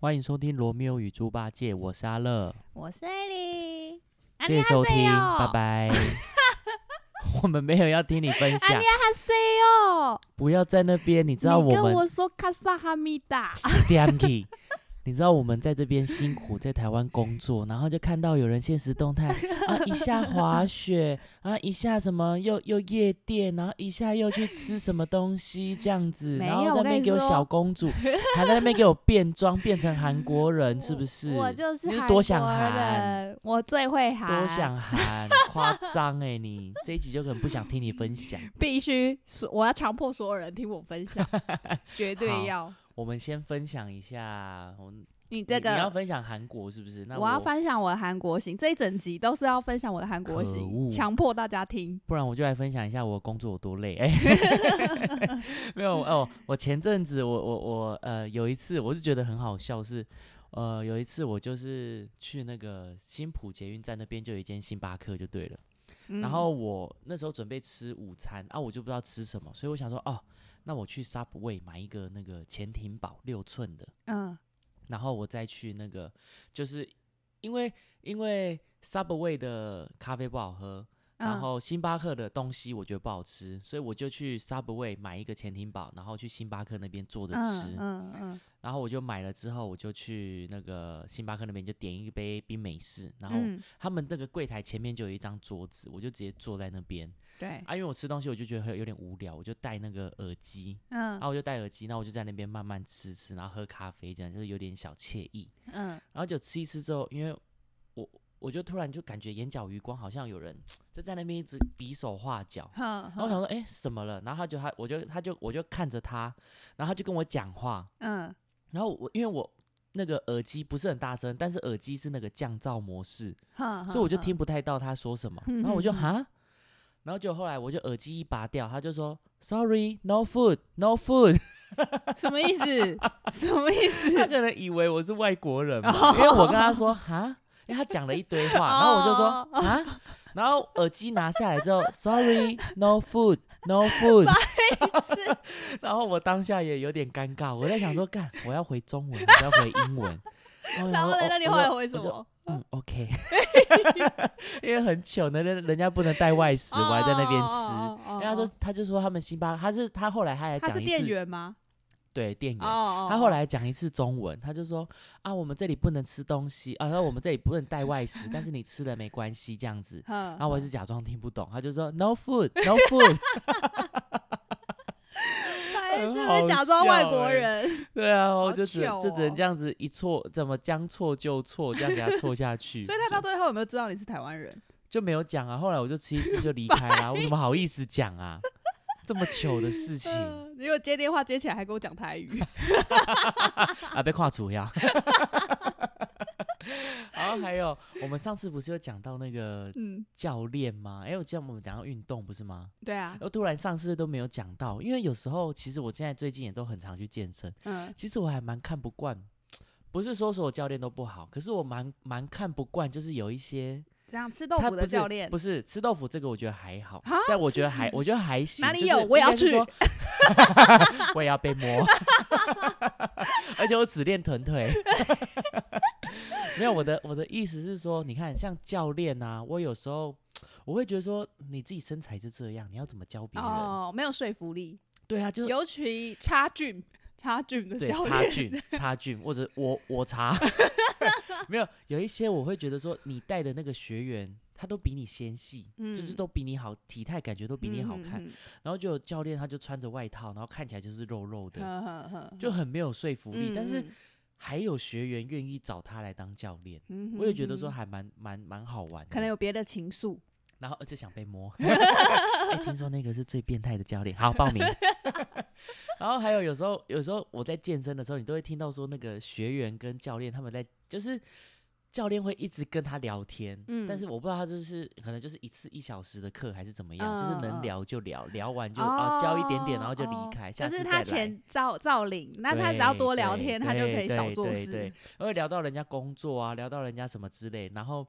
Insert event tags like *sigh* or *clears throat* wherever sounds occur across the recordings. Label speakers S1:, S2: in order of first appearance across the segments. S1: 欢迎收听《罗密欧与猪八戒》，我是阿乐，
S2: 我是艾莉，啊안녕
S1: 谢谢
S2: 하세
S1: 收听，
S2: 요
S1: 拜拜。
S2: *laughs*
S1: 我们没有要听你分
S2: 안녕
S1: 享，
S2: 하세요。
S1: 不要在那边，你知道
S2: 啊哦你
S1: 我
S2: 跟
S1: 们
S2: 我说卡萨哈密达，
S1: d a m k y *laughs* 你知道我们在这边辛苦在台湾工作，然后就看到有人现实
S2: *laughs*
S1: 动态啊，一下滑雪啊，一下什么又又夜店，然后一下又去吃什么东西这样子，
S2: 没
S1: 然后
S2: 有
S1: 在那
S2: 我跟
S1: 边
S2: 你
S1: 给我
S2: 说
S1: 小公主，还在那边给我变装变成韩国人，是不是？
S2: 我就是
S1: 你
S2: 韩
S1: 多
S2: 国
S1: 想韩
S2: 人，我最会韩，
S1: 多想喊，夸张哎！你这一集就很不想听你分享。
S2: 必须说，我要强迫所有人听我
S1: *laughs*
S2: 分享，绝
S1: 好
S2: 对要。
S1: 我们先分享一下，我们
S2: 你这
S1: 你要
S2: 个，
S1: 分享韩国是不是？那
S2: 我要分享我的韩国行，这一整集都是要分享我的韩国
S1: 可恶
S2: 行，强迫大家听。
S1: 不然我就来分享一下我工作有多累。
S2: *laughs*
S1: 哎、没有哦，我前阵子我我我呃有一次我是觉得很好笑是。呃，有一次我就是去那个新浦捷运站那边就有一间星巴克就对了，然
S2: 嗯
S1: 后我那时候准备吃午餐啊，我就不知道吃什么，所以我想说哦，那我去 Subway 买一个那个潜艇堡六寸的，
S2: 嗯，
S1: 然后我再去那个，就是因为因为 Subway 的咖啡不好喝，然
S2: 嗯
S1: 后星巴克的东西我觉得不好吃，所以我就去 Subway 买一个潜艇堡，然后去星巴克那边坐着吃。
S2: 嗯嗯嗯
S1: 然后我就买了之后，我就去那个星巴克那边就点一杯冰美式，然后
S2: 嗯，
S1: 他们那个柜台前面就有一张桌子，我就直接坐在那边。
S2: 对，
S1: 啊，因为我吃东西我就觉得有点无聊，我就戴那个耳机，
S2: 嗯
S1: 然后我就戴耳机，然后我就在那边慢慢吃吃，然后喝咖啡，这样就是有点小惬意。
S2: 嗯
S1: 然后就吃一吃之后，因为我我就突然就感觉眼角余光好像有人就在那边一直比手画脚，
S2: 哼，
S1: 然后我
S2: 哼
S1: 想说，哎、怎么了？然后他就他我就他就我就看着他，然后他就跟我讲话，
S2: 嗯
S1: 然后我因为我那个耳机不是很大声，但是耳机是那个降噪模式，
S2: 哼，
S1: 所以我就
S2: 哼
S1: 听，不太到他说什么，
S2: 嗯
S1: 然后我就
S2: 哼
S1: 哈。然后就后来我就耳机一拔掉，他就说 “Sorry, no food, no food”。 *laughs*
S2: 哼什么意思？什么意思？
S1: 他可能以为我是外国人吧，因为我跟他说哈，因为他讲了一堆话，然后我就
S2: 哦
S1: 说啊，然后耳机拿下来之后，sorry no food no food，然 *laughs* 后我当下也有点尴尬，我在想说干，我要回中文，我要回英文， *laughs*
S2: 然后
S1: 我想
S2: 呢
S1: 说？
S2: 那你
S1: 哦
S2: 后来
S1: 我就
S2: 回什
S1: 我就
S2: 么？
S1: 嗯，OK，因为很糗呢，人人家不能带
S2: 哦
S1: 外食，我还在那边吃。
S2: 吃
S1: 因为他说，他就说他们星巴克，他是他后来他还
S2: 哦他
S1: 讲
S2: 是
S1: 一
S2: 店
S1: 次，
S2: 员吗？
S1: 对店员，
S2: 哦
S1: 他后来讲一次中文，他就说啊，我们这里不能吃东西，啊，然后我们这里不能带外食，但是你吃了没关系这样子。
S2: *laughs* 然
S1: 然后我还是假装听不懂，他就说 no food no food， *laughs*
S2: 白
S1: 很
S2: 痴，
S1: 好
S2: 是假装外
S1: 笑
S2: 国
S1: 欸 *laughs*
S2: 人，
S1: 对啊，我
S2: 好
S1: 就只能就只能
S2: 糗哦
S1: 这样子一错，怎么将错就错，这样给他错下去。
S2: *laughs* 所以他到
S1: 就
S2: 最后有没有知道你是台湾人？
S1: 就没有讲啊，后来我就吃一次就离开啦，我怎么好意思讲啊？这么糗的事情
S2: 嗯因为接电话接起来还跟我讲
S1: *laughs*
S2: 台语，
S1: 啊，被跨主要。 *laughs* 然后还有，我们上次不是有讲到那个
S2: 嗯，
S1: 教练吗？哎、我记得我们讲到运动不是吗？
S2: 对啊
S1: 然，后突然上次都没有讲到，因为有时候其实我现在最近也都很常去健身， *laughs*
S2: 嗯
S1: 其实我还蛮看不惯，不是说所有教练都不好，可是我蛮蛮看不惯，就是有一些
S2: 这样吃豆
S1: 他
S2: 腐
S1: 不
S2: 的
S1: 是
S2: 教练
S1: 不是吃豆腐这个我觉得还好
S2: 哈，
S1: 但我觉得还我觉得还行，
S2: 哪里
S1: 就是
S2: 有
S1: 应
S2: 我也要
S1: 该是
S2: 去 *laughs*
S1: 说 *laughs* 我也要被摸， *laughs* 而且我只练臀腿。 *laughs* 没有，我的我的意思是说，你看，像教练啊，我有时候我会觉得说，你自己身材就这样，你要怎么教别人？
S2: 哦，没有说服力，
S1: 对啊，就是
S2: 尤其差距差距 *laughs* 的
S1: 对
S2: 教
S1: 差
S2: 练，
S1: 距差距，或者我我
S2: *laughs*
S1: 差，没有有一些我会觉得说，你带的那个学员，他都比你纤细，就是
S2: 嗯
S1: 都比你好，体态感觉都比你好看。
S2: 嗯，嗯
S1: 然后就有教练他就穿着外套，然后看起来就是肉肉的，
S2: 嗯呵呵呵
S1: 就很没有说服力。
S2: 嗯
S1: 但是
S2: 嗯
S1: 还有学员愿意找他来当教练，
S2: 嗯
S1: 我也觉得说
S2: 哼哼
S1: 还蛮蛮蛮好玩的。
S2: 可能有别的情愫，
S1: 然后就想被摸。 *laughs* 哎听说那个是最变态的教练，好报名。
S2: *laughs*
S1: 然后还有有时候，有时候我在健身的时候，你都会听到说那个学员跟教练他们在，就是教练会一直跟他聊天，
S2: 嗯
S1: 但是我不知道他就是可能就是一次一小时的课还是怎么样，
S2: 嗯
S1: 就是
S2: 嗯
S1: 能
S2: 嗯
S1: 聊就聊，聊完就、啊教一点点，然后就
S2: 哦
S1: 离开，下
S2: 就
S1: 次
S2: 是
S1: 再
S2: 他
S1: 来。
S2: 前照照领，那他只要
S1: 对
S2: 多聊
S1: 对
S2: 天，他就
S1: 对
S2: 可以少
S1: 对
S2: 做
S1: 对对
S2: 事。
S1: 因为聊到人家工作啊，聊到人家什么之类，然后。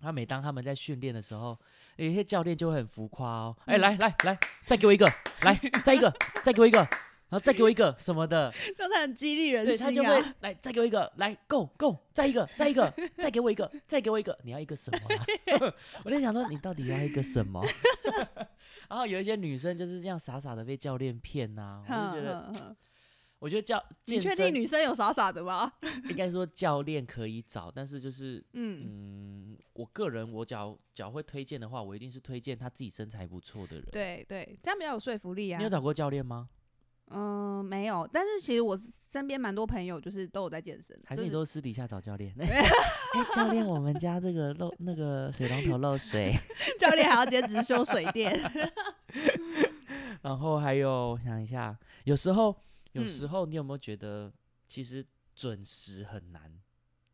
S1: 他每当他们在训练的时候，有一些教练就会很浮夸哦，哎、
S2: 嗯
S1: 来来来，再给我一个，来再一个，再给我一个，然后再给我一个什么的，
S2: *laughs* 这样才很激 *laughs* 励人
S1: 对
S2: 心
S1: 他就会
S2: 啊！
S1: 来 *laughs* 再给我一个，来 go go，再一个，再一个，再给我一个，再给我一个，你要一个什么、啊？ *laughs* 我在想说你到底要一个什么？ *laughs* 然后有一些女生就是这样傻傻的被教练骗呐、我就觉
S2: *laughs*
S1: 得，
S2: 哼哼哼
S1: 我觉得教
S2: 嗯
S1: 健
S2: 你确定
S1: 身
S2: 女生有傻傻
S1: *laughs*
S2: 的吗？
S1: 应该说教练可以找，但是就是
S2: 嗯，
S1: 嗯，我个人我假如假如会推荐的话，我一定是推荐他自己身材不错的人。，
S2: 对对，这样比较有说服力啊
S1: 你有。找过教练吗？
S2: 嗯，没有，但是其实我身边蛮多朋友就是都有在健身，
S1: 还
S2: 就是
S1: 你都私底下找教练？ *laughs*
S2: 没
S1: 哎、教练，我们家这个漏那个水龙头漏
S2: *laughs*
S1: 水，
S2: *laughs* 教练还要兼职修水
S1: *laughs*
S2: 电，
S1: 然后还有我想一下，有时候有
S2: 嗯
S1: 时候你有没有觉得其实准时很难？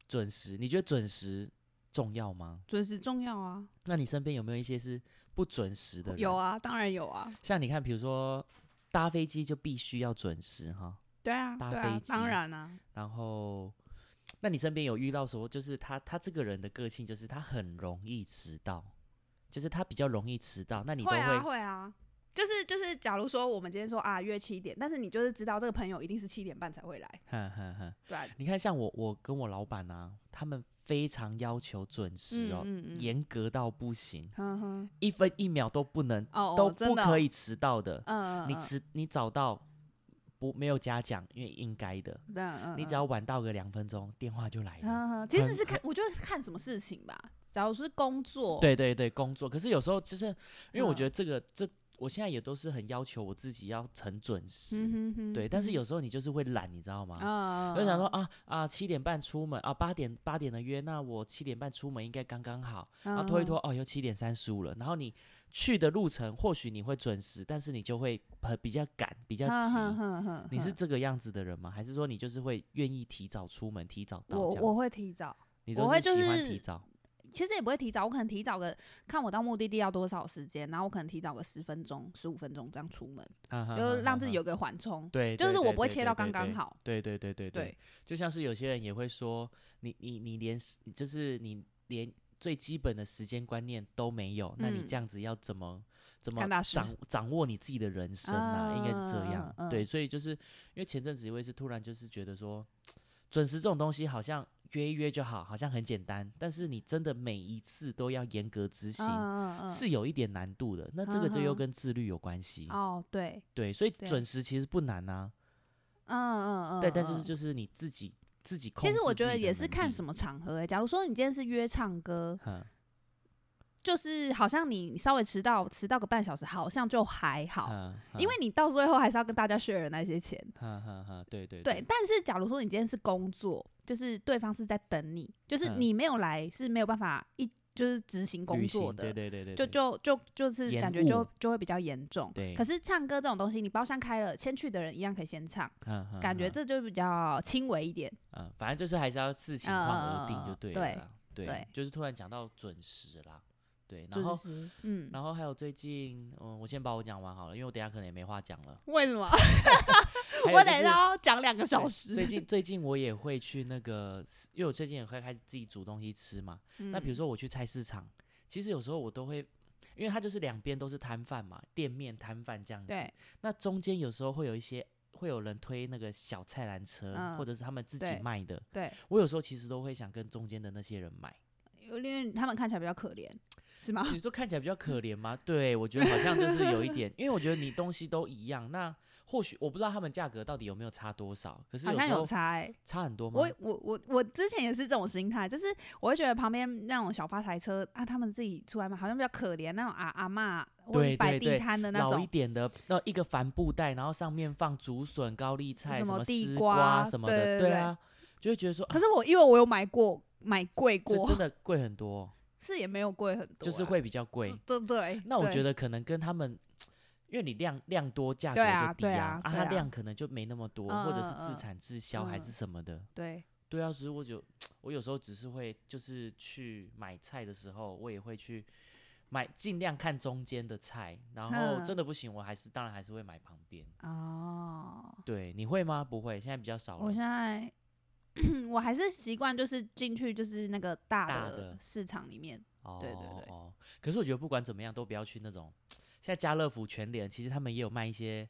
S1: 准时，你觉得准时重要吗？
S2: 准时重要啊。
S1: 那你身边有没有一些是不准时的人？
S2: 有啊，当然有啊，
S1: 像你看，比如说搭飞机就必须要准时哈，
S2: 对啊，
S1: 搭
S2: 对啊
S1: 飞，机
S2: 当然啊，
S1: 然后。那你身边有遇到说，就是他他这个人的个性就是他很容易迟到，就是他比较容易迟到，那你都
S2: 会
S1: 会
S2: 啊会啊，就是就是，假如说我们今天说啊约七点，但是你就是知道这个朋友一定是七点半才会来，
S1: 哼哼哼，
S2: 对啊，
S1: 你看像我我跟我老板啊，他们非常要求准时哦，
S2: 嗯嗯嗯
S1: 严格到不行，
S2: 哼哼，
S1: 一分一秒都不能，
S2: 哦
S1: 都
S2: 哦真
S1: 不
S2: 的
S1: 可
S2: 哦
S1: 以迟到的。
S2: 嗯，嗯
S1: 你
S2: 嗯
S1: 迟，你早到不没有嘉奖，因为应该的。
S2: 嗯嗯，
S1: 你只要晚到个两分钟，电话就来了。
S2: 嗯哼，其实
S1: 很
S2: 是看，我觉得是看什么事情吧。假如是工作，，
S1: 对对对，工作。可是有时候就是因为我
S2: 嗯
S1: 觉得这个、这，我现在也都是很要求我自己要很准时。
S2: 嗯哼哼，
S1: 对，但是
S2: 嗯
S1: 有时候你就是会懒，你知道吗？
S2: 啊，
S1: 我就想说
S2: 啊，
S1: 啊啊，七点半出门啊，八点八点的约，那我七点半出门应该刚刚好。
S2: 然
S1: 然后拖
S2: 嗯
S1: 一拖，，哦，又七点三十五了。然后你去的路程或许你会准时，但是你就会很比较赶，比较急。
S2: 急
S1: 你是这个样子的人吗？还是说你就是会愿意提早出门、提早到？
S2: 我
S1: 这样
S2: 我
S1: 子，
S2: 会提早，
S1: 你
S2: 我
S1: 都
S2: 会就
S1: 喜欢
S2: 是
S1: 提早。
S2: 其实也不会提早，我可能提早个看我到目的地要多少时间，然后我可能提早个十分钟、十五分钟这样出门，
S1: 啊哈
S2: 就
S1: 哈
S2: 让
S1: 哈
S2: 自己
S1: 哈
S2: 有个缓冲。
S1: 对，
S2: 就是
S1: 对
S2: 我
S1: 对
S2: 不会
S1: 对
S2: 切
S1: 对
S2: 到
S1: 对
S2: 刚刚
S1: 对
S2: 好。
S1: 对对对对对
S2: 对，
S1: 就像是有些人也会说，你你你连时就是你连最基本的时间观念都没有，那你
S2: 嗯
S1: 这样子要怎么怎么
S2: 干大事
S1: 掌掌握你自己的人生啊？应该是这样。
S2: 嗯嗯嗯
S1: 对，所以就是因为前阵子我也是突然就是觉得说，准时这种东西好像约一约就好，好像很简单，但是你真的每一次都要严格执行。
S2: 嗯嗯嗯，
S1: 是有一点难度的，那这个就又
S2: 嗯哼
S1: 跟自律有关系，
S2: 哦，对，
S1: 对，所以
S2: 对
S1: 准时其实不难啊，
S2: 嗯嗯嗯，
S1: 对，但就是
S2: 嗯。
S1: 就是你自己自己控
S2: 其
S1: 制。
S2: 实我觉得也是看什
S1: 么。
S2: 么场合、欸，假如说你今天是约唱歌，
S1: 嗯
S2: 就是好像你稍微迟到迟到个半小时，好像就还好，
S1: 嗯，
S2: 因为你到最后还是要跟大家 share 那些钱。
S1: 哈哈哈，嗯对对
S2: 对，，但是假如说你今天是工作，就是对方是在等你，就是
S1: 嗯
S2: 你没有来是没有办法一就是执行工
S1: 旅
S2: 作
S1: 行
S2: 的，
S1: 对对对对，
S2: 就
S1: 对
S2: 就就就是
S1: 延
S2: 感觉就
S1: 误
S2: 就会比较严重。
S1: 对
S2: 可是唱歌这种东西，你包厢开了，先去的人一样可以先唱，
S1: 嗯嗯
S2: 感觉
S1: 嗯
S2: 这就比较轻微一点。
S1: 嗯，反正就是还是要视情况而定就
S2: 嗯
S1: 对
S2: 对
S1: 了啦。对
S2: 对，
S1: 就是突然讲到准时啦，对，然
S2: 准
S1: 后
S2: 时，嗯，
S1: 然后还有最近，嗯，我先把我讲完好了，因为我等一下可能也没话讲
S2: *laughs*
S1: 了。
S2: *laughs* 为什么
S1: 还有
S2: 我
S1: 就
S2: 等一
S1: 是
S2: 下要讲两个小
S1: 对
S2: 时？
S1: 最近最近我也会去那个，因为我最近也会开始自己煮东西吃嘛，那比如
S2: *laughs* 嗯
S1: 说我去菜市场，其实有时候我都会，因为它就是两边都是摊贩嘛，店面摊贩这样子。
S2: 对，
S1: 那中间有时候会有一些会有人推那个小菜篮车，
S2: 嗯
S1: 或者是他们自己
S2: 对
S1: 卖的。
S2: 对，
S1: 我有时候其实都会想跟中间的那些人买，
S2: 因为他们看起来比较可怜，是吗？
S1: 你说看起来比较可怜吗？对，我觉得好像就是有一
S2: *laughs*
S1: 点，因为我觉得你东西都一样，那或许我不知道他们价格到底有没有差多少，可是
S2: 好像
S1: 时
S2: 有
S1: 候
S2: 差欸、
S1: 差很多吗？
S2: 我我我我之前也是这种心态，就是我会觉得旁边那种小发财车啊，他们自己出来卖，好像比较可怜那种阿阿嬷或
S1: 对
S2: 者摆
S1: 对
S2: 地
S1: 对
S2: 摊的那
S1: 老一
S2: 种，
S1: 点的，那一个帆布袋，然后上面放竹笋、高丽菜、
S2: 什
S1: 什
S2: 么地
S1: 丝
S2: 瓜
S1: 什么
S2: 对
S1: 的，对
S2: 对对
S1: 啊，就会觉得说，
S2: 可
S1: 啊
S2: 是我因为我有买过买贵
S1: 这
S2: 过，
S1: 真的贵很
S2: *laughs*
S1: 多，
S2: 是也没有贵很多啊，
S1: 就是会比较贵
S2: 对。对对。
S1: 那我觉
S2: 得
S1: 得可能跟他们，因为你量量多，价格
S2: 对啊
S1: 就低
S2: 对
S1: 啊
S2: 啊，
S1: 啊，
S2: 对
S1: 它
S2: 啊
S1: 量可能就没那么多，或者是
S2: 嗯嗯
S1: 自
S2: 嗯
S1: 产自销还
S2: 嗯
S1: 是什么的。
S2: 对，
S1: 对啊，所以我就我有时候只是会就是去买菜的时候，我也会去买，尽量看中间的菜，然后真
S2: 嗯
S1: 的不行，我还是当然还是会买旁边。
S2: 哦，
S1: 对，你会吗？不会，现在比较少了。
S2: 我现在 *clears throat* 我还是习惯就是进去就是那个
S1: 大
S2: 大
S1: 的
S2: 的市场里面，
S1: 哦
S2: 对对对
S1: 哦，可是我觉得不管怎么样，都不要去那种。现在家乐福、全联，其实他们也有卖一些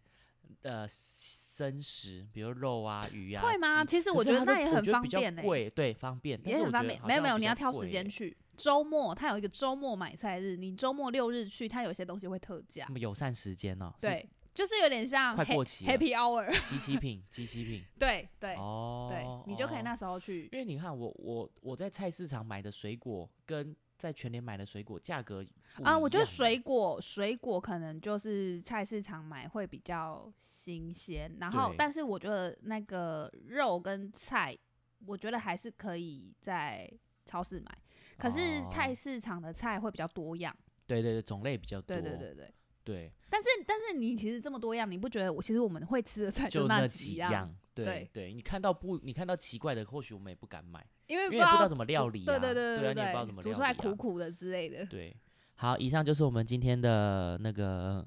S1: 呃生食，比如肉啊、鱼啊。
S2: 会吗
S1: 鸡
S2: 其实
S1: 可
S2: 我
S1: 是
S2: 觉得
S1: 它
S2: 那
S1: 就
S2: 也
S1: 我
S2: 很
S1: 觉得
S2: 方
S1: 比较
S2: 便欸
S1: 贵，对，方便，但
S2: 也
S1: 是
S2: 很
S1: 我
S2: 方
S1: 觉得
S2: 便。
S1: 好
S2: 没有
S1: 像
S2: 没有，
S1: 比
S2: 你
S1: 较
S2: 要挑时
S1: 贵
S2: 间
S1: 欸。
S2: 去。周末它有一个周末买菜日，你周末六日去，它有些东西会特价
S1: 那。么友善时间
S2: *laughs*
S1: 哦，是
S2: 啊对，就是有点
S1: 嗯
S2: 像
S1: 快
S2: ha-
S1: 过期了
S2: Happy Hour。 *laughs*
S1: 机器品，机器品。
S2: 对 *laughs* 对
S1: 哦，
S2: 对，你就可以
S1: 哦
S2: 那时候去。
S1: 因为你看我我我在菜市场买的水果跟在全联买的水果价格不
S2: 啊，
S1: 一
S2: 我觉得
S1: 样欸
S2: 水果水果可能就是菜市场买会比较新鲜，然后
S1: 对
S2: 但是我觉得那个肉跟菜，我觉得还是可以在超市买。可是
S1: 哦
S2: 菜市场的菜会比较多样，
S1: 对对对种类比较多，
S2: 对对对对。
S1: 对
S2: 但是但是你其实这么多样，你不觉得我其实我们会吃的菜
S1: 就
S2: 那
S1: 那
S2: 几
S1: 样，对
S2: 对
S1: 你看到不你看到奇怪的，或许我们也不敢买，
S2: 因为
S1: 因为
S2: 不
S1: 也不知道
S2: 道
S1: 怎么
S2: 煮
S1: 料理
S2: 对
S1: 啊
S2: 对
S1: 对啊
S2: 对
S1: 你也不知道怎么
S2: 煮
S1: 料
S2: 出来
S1: 理啊。
S2: 苦苦的之类的
S1: *laughs* 对。好，以上就是我们今天的那
S2: *laughs*
S1: 个，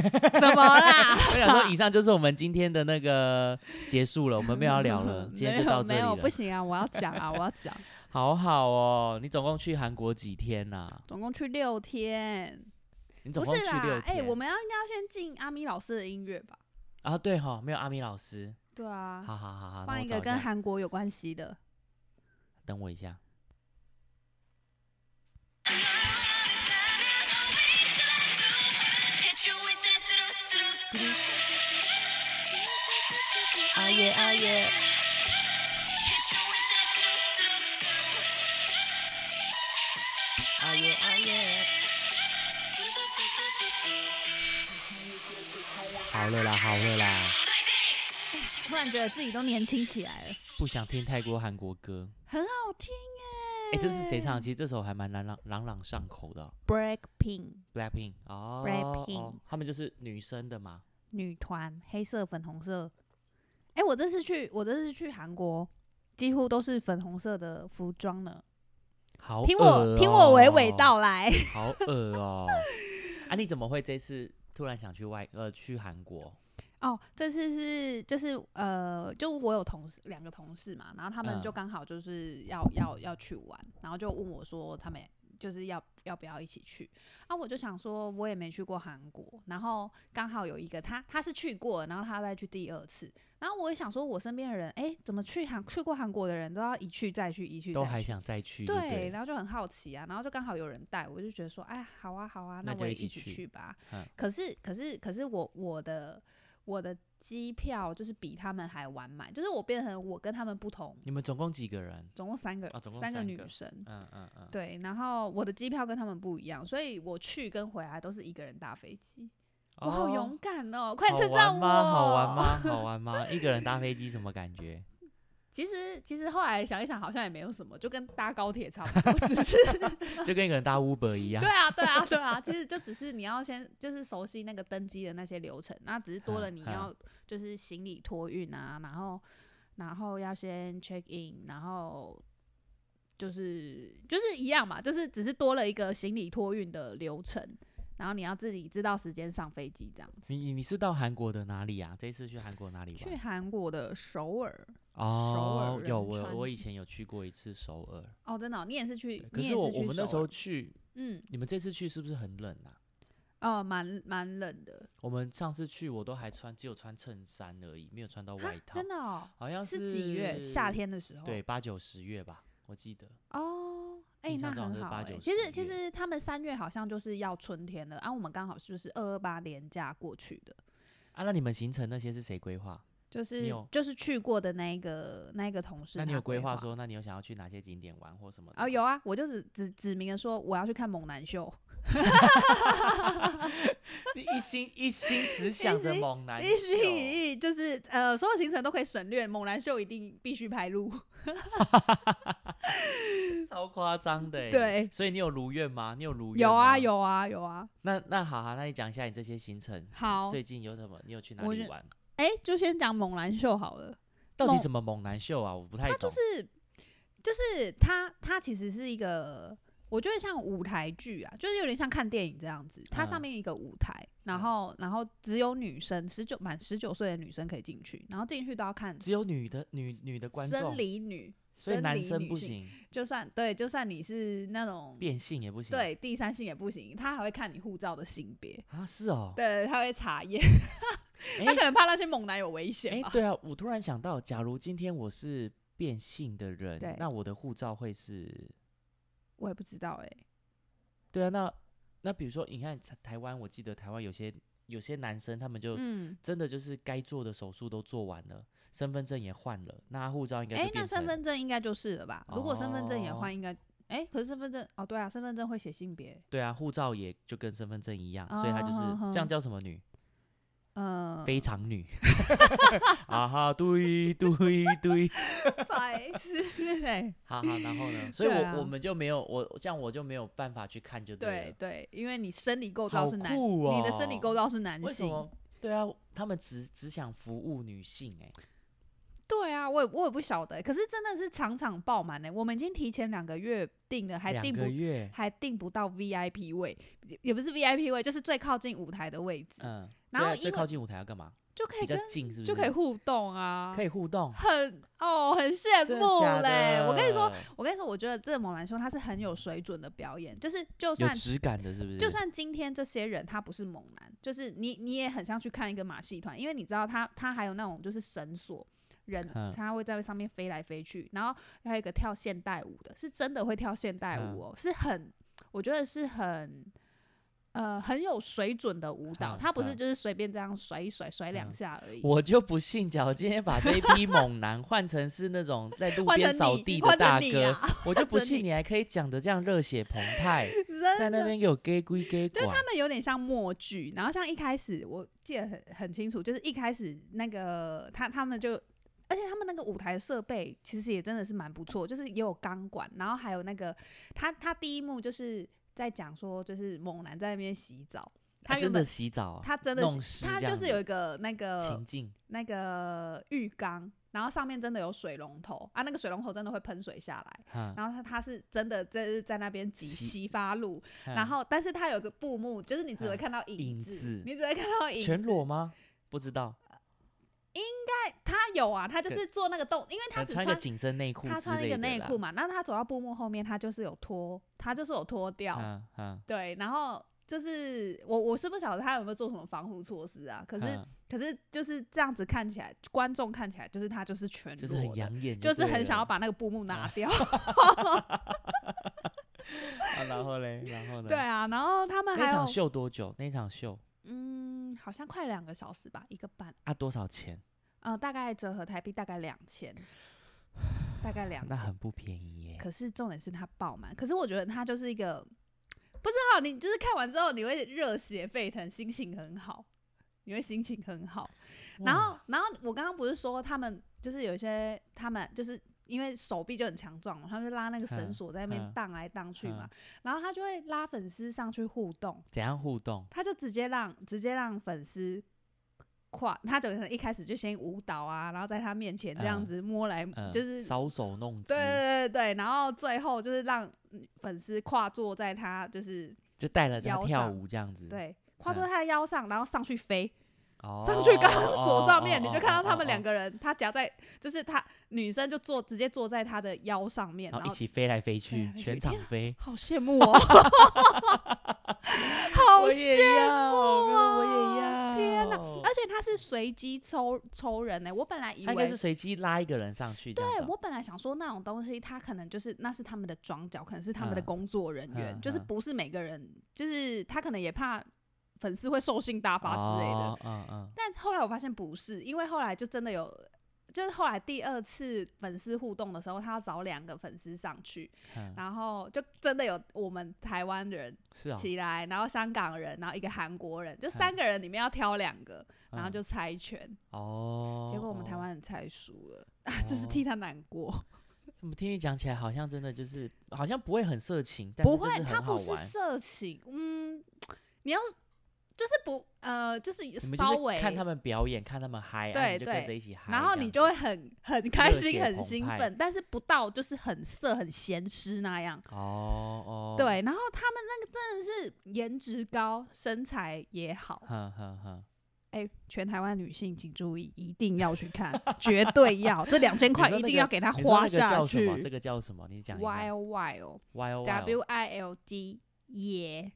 S2: 什么啦？
S1: 我想说，以上就是我们今天的那个结束了，我们没有要聊
S2: *laughs*
S1: 了，今天
S2: 没
S1: 就到
S2: 有
S1: 这
S2: 没
S1: 里
S2: 有不
S1: 了。
S2: 行啊！我要讲啊！我要讲，
S1: 好好哦，你总共去韩国几天呐、
S2: 总共去六天。
S1: 你总
S2: 不
S1: 共
S2: 是
S1: 去六
S2: 啦，哎、
S1: 天。
S2: 我们要应该要先进阿咪老师的音乐吧？
S1: 啊，对哈、没有阿米老师。
S2: 对啊，
S1: 好好好好，那
S2: 放
S1: 我
S2: 一
S1: 找
S2: 个
S1: 下
S2: 跟韩国有关系的。
S1: 等我一下。
S3: Oh yeah, oh yeah. Oh yeah, oh yeah.
S1: 好了啦，好了啦，
S2: 突然觉得自己都年轻起来了，
S1: 不想听泰国韩国歌。
S2: 很好听
S1: 哎、
S2: 哎、
S1: 这是谁唱的？其实这首还蛮朗朗朗朗上口的哦、
S2: ？Break Pink
S1: Blackpink 哦
S2: Blackpink
S1: 哦，他们就是女生的嘛。
S2: 女团，黑色、粉红色。哎、我这次去，我这次去韩国，几乎都是粉红色的服装呢。
S1: 好、哦
S2: 听我，听我娓娓。道来。
S1: 好恶哦！啊，你怎么会这次突然想去外呃去韩国？
S2: 哦，这次是就是呃，就我有同事两个同事嘛，然后他们就
S1: 嗯
S2: 刚好就是要、要要去玩，然后就问我说他们就是要要不要一起去啊？我就想说我也没去过韩国，然后刚好有一个他他是去过，然后他再去第二次，然后我也想说我身边的人哎、诶怎么去韩去过韩国的人都要一去再去一去
S1: 都
S2: 再
S1: 还
S2: 去
S1: 想再去就
S2: 对，
S1: 对了，
S2: 然后就很好奇啊，然后就刚好有人带，我就觉得说，哎，好啊，好啊，
S1: 那就
S2: 我也
S1: 一起
S2: 一起
S1: 去
S2: 去吧。
S1: 嗯
S2: 可是，可是，可是我我的我的机票就是比他们还晚买，就是我变成我跟他们不同，
S1: 你们总共几个人？
S2: 总共三个，
S1: 哦总共
S2: 三
S1: 三
S2: 女
S1: 个
S2: 生。
S1: 嗯嗯嗯，
S2: 对，然后我的机票跟他们不一样，所以我去跟回来都是一个人搭飞机。我好
S1: 哦
S2: 勇敢哦！快
S1: 好
S2: 称
S1: 玩
S2: 赞我！
S1: 吗？好玩？
S2: *laughs*
S1: 吗？好玩吗？一个人搭飞机什么感觉？
S2: 其实其实后来想一想，好像也没有什么，就跟搭高铁差不多，只是
S1: 就跟一个人搭 Uber 一样
S2: 对。啊，对
S1: *laughs*
S2: 啊，对啊，其实就只是你要先就是熟悉那个登机的那些流程，那只是多了
S1: 嗯
S2: 你
S1: 嗯
S2: 要就是行李托运啊，然后然后要先 check in，然后就是就是一样嘛，就是只是多了一个行李托运的流程，然后你要自己知道时间上飞机这样子。
S1: 你你是到韩国的哪里啊？这一次去韩国哪里玩？
S2: 去韩国的首尔
S1: 哦，
S2: 尔
S1: 有
S2: 仁
S1: 我
S2: 川
S1: 我以前有去过一次首尔，
S2: 哦，真的哦、你也是去
S1: 对，可
S2: 你也
S1: 是我
S2: 去
S1: 我们那
S2: 首
S1: 时候
S2: 尔
S1: 去，
S2: 嗯
S1: 你们这次去是不是很冷啊？
S2: 哦，蛮蛮冷的，
S1: 我们上次去我都还穿只有穿衬衫而已，没有穿到
S2: 哈
S1: 外套
S2: 真，的哦，
S1: 好像
S2: 是几月？夏，天的时候
S1: 对，八九十月吧，我记得。
S2: 哦，哎、
S1: 印
S2: 那
S1: 象中好
S2: 很
S1: 像是
S2: 好、
S1: 八
S2: 哎。
S1: 九
S2: 其
S1: 十
S2: 实其
S1: 月
S2: 实他们三月好像就是要春天了，啊，我们刚好就是二二八连假过去的，
S1: 啊，那你们行程那些是谁规划？
S2: 就
S1: 你
S2: 是
S1: 有
S2: 就是去过的那一个那一个同事他，
S1: 那你有规
S2: 划
S1: 划？说，那你有想要去哪些景点玩或什么的
S2: 啊、
S1: 吗？
S2: 有啊，我就指指指明了说我要去看猛男秀，
S1: 你一心一心只想着
S2: 心
S1: 猛男秀，
S2: 一心一意就是呃，所有行程都可以省略，猛男秀一定必须排入。
S1: 超夸张的欸。
S2: 对
S1: 所以你有如愿吗？你有如愿
S2: 有啊
S1: 吗。
S2: 有啊有啊，
S1: 那那好好，那你讲一下你这些行程，
S2: 好，
S1: 最近有什么？你有去哪
S2: 哦我
S1: 里
S2: 就
S1: 玩？
S2: 哎、就先讲猛男秀好了。
S1: 到底
S2: 猛
S1: 什么猛男秀啊？我不太懂。
S2: 就是就是他他其实是一个我觉得像舞台剧啊，就是有点像看电影这样子，它
S1: 嗯
S2: 上面一个舞台，然后然后只有女生十九满十九岁的女生可以进去，然后进去都要看
S1: 只有女的女女的观众
S2: 生，理女，
S1: 所以
S2: 生
S1: 男
S2: 理
S1: 生
S2: 女
S1: 不
S2: 性，
S1: 行，
S2: 就算对，就算你是那种
S1: 变性也不行。
S2: 对第三性也不行，他还会看你护照的性别，
S1: 啊，是哦。
S2: 对，他会查验，
S1: 哎
S2: 他可能怕那些猛男有危险
S1: 哎、
S2: 吧。
S1: 对啊，我突然想到，假如今天我是变性的人
S2: 对，
S1: 那我的护照会是？
S2: 我也不知道哎、
S1: 对啊，那那比如说，你看台台湾，我记得台湾有些有些男生，他们就
S2: 嗯，
S1: 真的就是该做的手术都做完了，身份证也换了，那他护照应该
S2: 哎、
S1: 就
S2: 那
S1: 变成
S2: 身份证应该就是了吧？如果身份证也
S1: 哦
S2: 换，应该哎、可是身份证哦，对啊，身份证会写性别，
S1: 对啊，护照也就跟身份证一样，所以他就是、这样
S2: 哦
S1: 叫什么女？
S2: 嗯、
S1: 非常女 *laughs* 啊哈，对对对， *laughs*
S2: 白痴哎，
S1: 好好，然后
S2: *laughs*
S1: 呢？所以我，
S2: 对
S1: 我、
S2: 啊
S1: 们就没有我这样，我就没有办法去看，就了
S2: 对。对，因为你生理构造
S1: 啊好
S2: 是男，
S1: 酷哦！
S2: 你的生理构造是男
S1: 为什
S2: 性，
S1: 么？对啊，他们只只想服务女性、哎，
S2: 对啊，我也我也不晓得，可是真的是场场爆满欸呢、我们已经提前两个月订了，还
S1: 两
S2: 订不
S1: 个月，
S2: 还订不到 VIP 位，也也不是 VIP 位，就是最靠近舞台的位置，
S1: 嗯，
S2: 然后
S1: 最
S2: 因
S1: 最
S2: 为
S1: 靠近舞台要干嘛？
S2: 就可
S1: 比
S2: 以
S1: 较
S2: 跟
S1: 近是不是？
S2: 就可以互动啊，
S1: 可以互动，
S2: 很哦，很羡
S1: 真的
S2: 慕
S1: 假
S2: 嘞！我跟你说，
S1: 的，
S2: 我跟你说，我觉得这猛男兄他是很有水准的表演，就是就
S1: 有
S2: 算
S1: 质感的，是不是？
S2: 就算今天这些人他不是猛男，就是你你也很像去看一个马戏团，因为你知道他他还有那种就是绳索。人
S1: 嗯
S2: 他会在上面飞来飞去，然后还有一个跳现代舞的，是真的会跳现代
S1: 嗯
S2: 舞哦，是很，我觉得是很，呃，很有水准的舞蹈，
S1: 嗯
S2: 他不是
S1: 嗯
S2: 就是随便这样甩一甩，甩两
S1: 嗯
S2: 下而已。
S1: 我就不信，假如今天把这一批猛男换成是那种在路
S2: 换
S1: 边
S2: 成
S1: 扫
S2: 你
S1: 地的
S2: 换成
S1: 大
S2: 你
S1: 哥，
S2: 啊 *laughs*
S1: 我就不
S2: 换成
S1: 信
S2: 你
S1: 你还可以讲的这样热血澎湃，
S2: *laughs* 真
S1: 在那
S2: 的
S1: 边给我 gay 归 gay
S2: 就是
S1: 管
S2: 他，们有点像默剧，然后像一开始我记得很很清楚，就是一开始那个他他们就，而且他们那个舞台设备其实也真的是蛮不错，就是也有钢管，然后还有那个他他第一幕就是在讲说，就是猛男在那边洗澡，
S1: 他
S2: 他原
S1: 真的
S2: 本
S1: 洗澡啊，
S2: 他真的
S1: 弄
S2: 是
S1: 湿
S2: 他
S1: 这
S2: 就
S1: 样
S2: 是
S1: 子
S2: 有一个那个
S1: 情境，
S2: 那个浴缸，然后上面真的有水龙头啊，那个水龙头真的会喷水下来。
S1: 哈
S2: 然后他他是真的在在那边挤
S1: 洗
S2: 洗发露，
S1: 哈
S2: 然后，但是它有个布幕，就是你只会
S1: 嗯
S2: 看到
S1: 影
S2: 子，
S1: 子
S2: 你只会看到影。
S1: 全裸吗？不知道，
S2: 他有啊，他就
S1: 可
S2: 是做那个动，因为
S1: 可
S2: 他
S1: 能
S2: 只
S1: 穿个紧身内裤
S2: 他
S1: 之
S2: 穿一
S1: 类
S2: 个
S1: 的
S2: 内
S1: 啦
S2: 裤，嘛，那他走到布幕后面，他就是有脱，他就是有脱掉，
S1: 嗯嗯，
S2: 对，然后。就是我，我是不晓得他有没有做什么防护措施啊。可是，
S1: 嗯
S2: 可是就是这样子看起来，观众看起来就是他就是全裸
S1: 就
S2: 的，
S1: 是很养眼
S2: 就
S1: 对了，
S2: 是很想要把那个布幕拿
S1: 啊 *laughs*
S2: 掉。
S1: 啊。然后嘞，然
S2: *laughs*
S1: 后呢？
S2: 对，啊，然后他们
S1: 那
S2: 还有
S1: 场，秀多久？那场秀
S2: 嗯，好像快两个小时吧，一个半。
S1: 啊多少钱？
S2: 呃，大概折合台币大概两千，大概两
S1: 那
S2: 千。
S1: 很不便宜耶。
S2: 可是重点是它爆满，可是我觉得它就是一个不知道，你就是看完之后你会热血沸腾，心情很好，你会心情很好。然
S1: 哇
S2: 后，然后我刚刚不是说他们就是有一些他们就是因为手臂就很强壮嘛，他们就拉那个绳
S1: 嗯
S2: 索在那边
S1: 嗯
S2: 荡来荡去嘛
S1: 嗯，
S2: 然后他就会拉粉丝上去互动，
S1: 怎样互动？
S2: 他就直接让直接让粉丝跨，他就可能一开始就先舞蹈啊，然后在他面前这样
S1: 嗯
S2: 子摸来，
S1: 嗯，
S2: 就是
S1: 搔首弄姿
S2: 对，对对对，然后最后就是让嗯粉丝跨坐在他就是
S1: 就带了他
S2: 腰
S1: 跳
S2: 上
S1: 舞这样子。，
S2: 对。跨坐在他的腰上，然后上去飞，
S1: 嗯哦，
S2: 上去钢索上面，
S1: 哦
S2: 你就看到他们两，
S1: 哦
S2: 个人，他夹在，就是他女生就坐直接坐在他的腰上面，
S1: 哦哦哦
S2: 然
S1: 然后
S2: 后
S1: 一起飞来飞去
S2: 来，飞
S1: 全
S2: 去
S1: 场
S2: 天
S1: 飞。
S2: 好羡慕
S1: *laughs*
S2: 哦，好
S1: 我
S2: 羡
S1: 也要，我
S2: 慕
S1: 也
S2: 哦
S1: 要。
S2: 天哪！而且他是随机抽抽人欸呢、我本来以
S1: 他应该
S2: 为
S1: 是随机拉一个人上去这样子
S2: 对
S1: 哦。
S2: 我本来想说那种东西，他可能就是那是他们的庄脚，可能是他们的
S1: 嗯
S2: 工作人员，
S1: 嗯
S2: 就是
S1: 嗯
S2: 不是每个人，就是他可能也怕粉丝会兽性大发之类的。
S1: 哦嗯嗯，
S2: 但后来我发现不是，因为后来就真的有。就是后来第二次粉丝互动的时候，他要找两个粉丝上去，
S1: 嗯
S2: 然后就真的有我们台湾人
S1: 是啊、
S2: 起来，然后香港人，然后一个韩国人，就
S1: 嗯
S2: 三个人里面要挑两个，然后
S1: 嗯
S2: 就猜拳，
S1: 哦，
S2: 结果我们台
S1: 哦
S2: 湾人猜输了，啊， *laughs* 就是
S1: 哦
S2: 替他难过。
S1: 怎么听你讲起来好像真的就是好像不会很色情，但
S2: 不
S1: 是就
S2: 会，
S1: 是
S2: 它
S1: 很好
S2: 不是
S1: 玩，
S2: 色情。嗯，你要就是不呃，就是
S1: 你们
S2: 稍
S1: 就
S2: 微
S1: 是看他们表演，看他们嗨，啊
S2: 对
S1: 你就跟
S2: 对
S1: 着一起嗨这样
S2: 然
S1: 子，
S2: 后你就会很很开
S1: 热
S2: 心、
S1: 血
S2: 很
S1: 澎
S2: 兴
S1: 湃
S2: 奋，但是不到就是很色、很咸湿那样。
S1: 哦哦，，
S2: 对，然后他们那个真的是颜值高，身材也好，
S1: 哼哼哼，
S2: 哎、全台湾女性请注意，一定要去看，绝对要，这两千
S1: 你
S2: 块
S1: 说
S2: 一
S1: 那
S2: 定
S1: 个
S2: 要给它
S1: 你说
S2: 花
S1: 那个叫
S2: 下
S1: 什么？这
S2: 去。
S1: 个叫什么？你讲一下
S2: Wild Wild
S1: Wild
S2: W E， I L D 野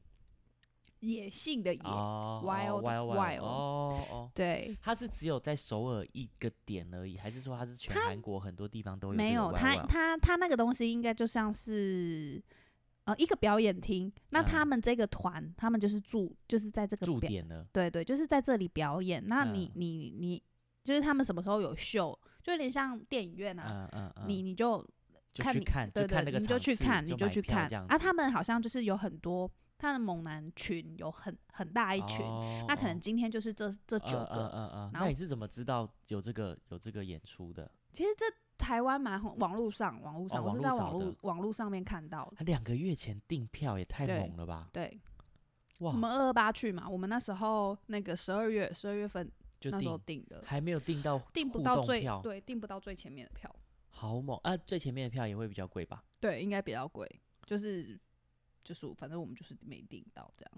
S2: 野性的野，
S1: 哦
S2: Wild
S1: Wild
S2: Wild
S1: 哦哦，
S2: 对，
S1: 它是只有在首尔一个点而已，还是说它是全
S2: 它
S1: 韩国很多地方都有？
S2: 没有，他
S1: 它
S2: 他他那个东西应该就像是呃一个表演厅，那
S1: 嗯
S2: 他们这个团，他们就是驻就是在这个
S1: 驻
S2: 表，
S1: 点呢？
S2: 对对，就是在这里表演。那你、
S1: 嗯
S2: 你你就是他们什么时候有秀，就有点像电影院啊，
S1: 嗯嗯嗯，
S2: 你你就
S1: 就
S2: 看
S1: 去
S2: 你
S1: 看，
S2: 对
S1: 就看那
S2: 对，
S1: 个
S2: 你
S1: 场
S2: 就去
S1: 次
S2: 看，你
S1: 就买
S2: 去
S1: 票
S2: 看
S1: 这样
S2: 啊。
S1: 子
S2: 他们好像就是有很多他的猛男群有很很大一群，
S1: 哦
S2: 那可能
S1: 哦
S2: 今天就是这这九
S1: 嗯嗯
S2: 个。
S1: 嗯嗯，
S2: 然
S1: 那
S2: 后
S1: 你是怎么知道有这个有这个演出的？
S2: 其实这台湾蛮红，网络上网络上、
S1: 哦
S2: 我
S1: 网
S2: 是
S1: 络
S2: 在
S1: 找
S2: 网络
S1: 的
S2: 网络上面看到的，
S1: 他两个月前订票也太
S2: 对
S1: 猛了吧！
S2: 对。
S1: 哇
S2: 我，们二二八去嘛，我们那时候那个十二月十二月份
S1: 就
S2: 那时候
S1: 订
S2: 订的，
S1: 还没有订到
S2: 订不
S1: 互
S2: 到
S1: 动
S2: 最
S1: 票，
S2: 对，订不到最前面的票，
S1: 好猛啊！最前面的票也会比较贵吧？
S2: 对，应该比较贵，就是就是反正我们就是没订到这样。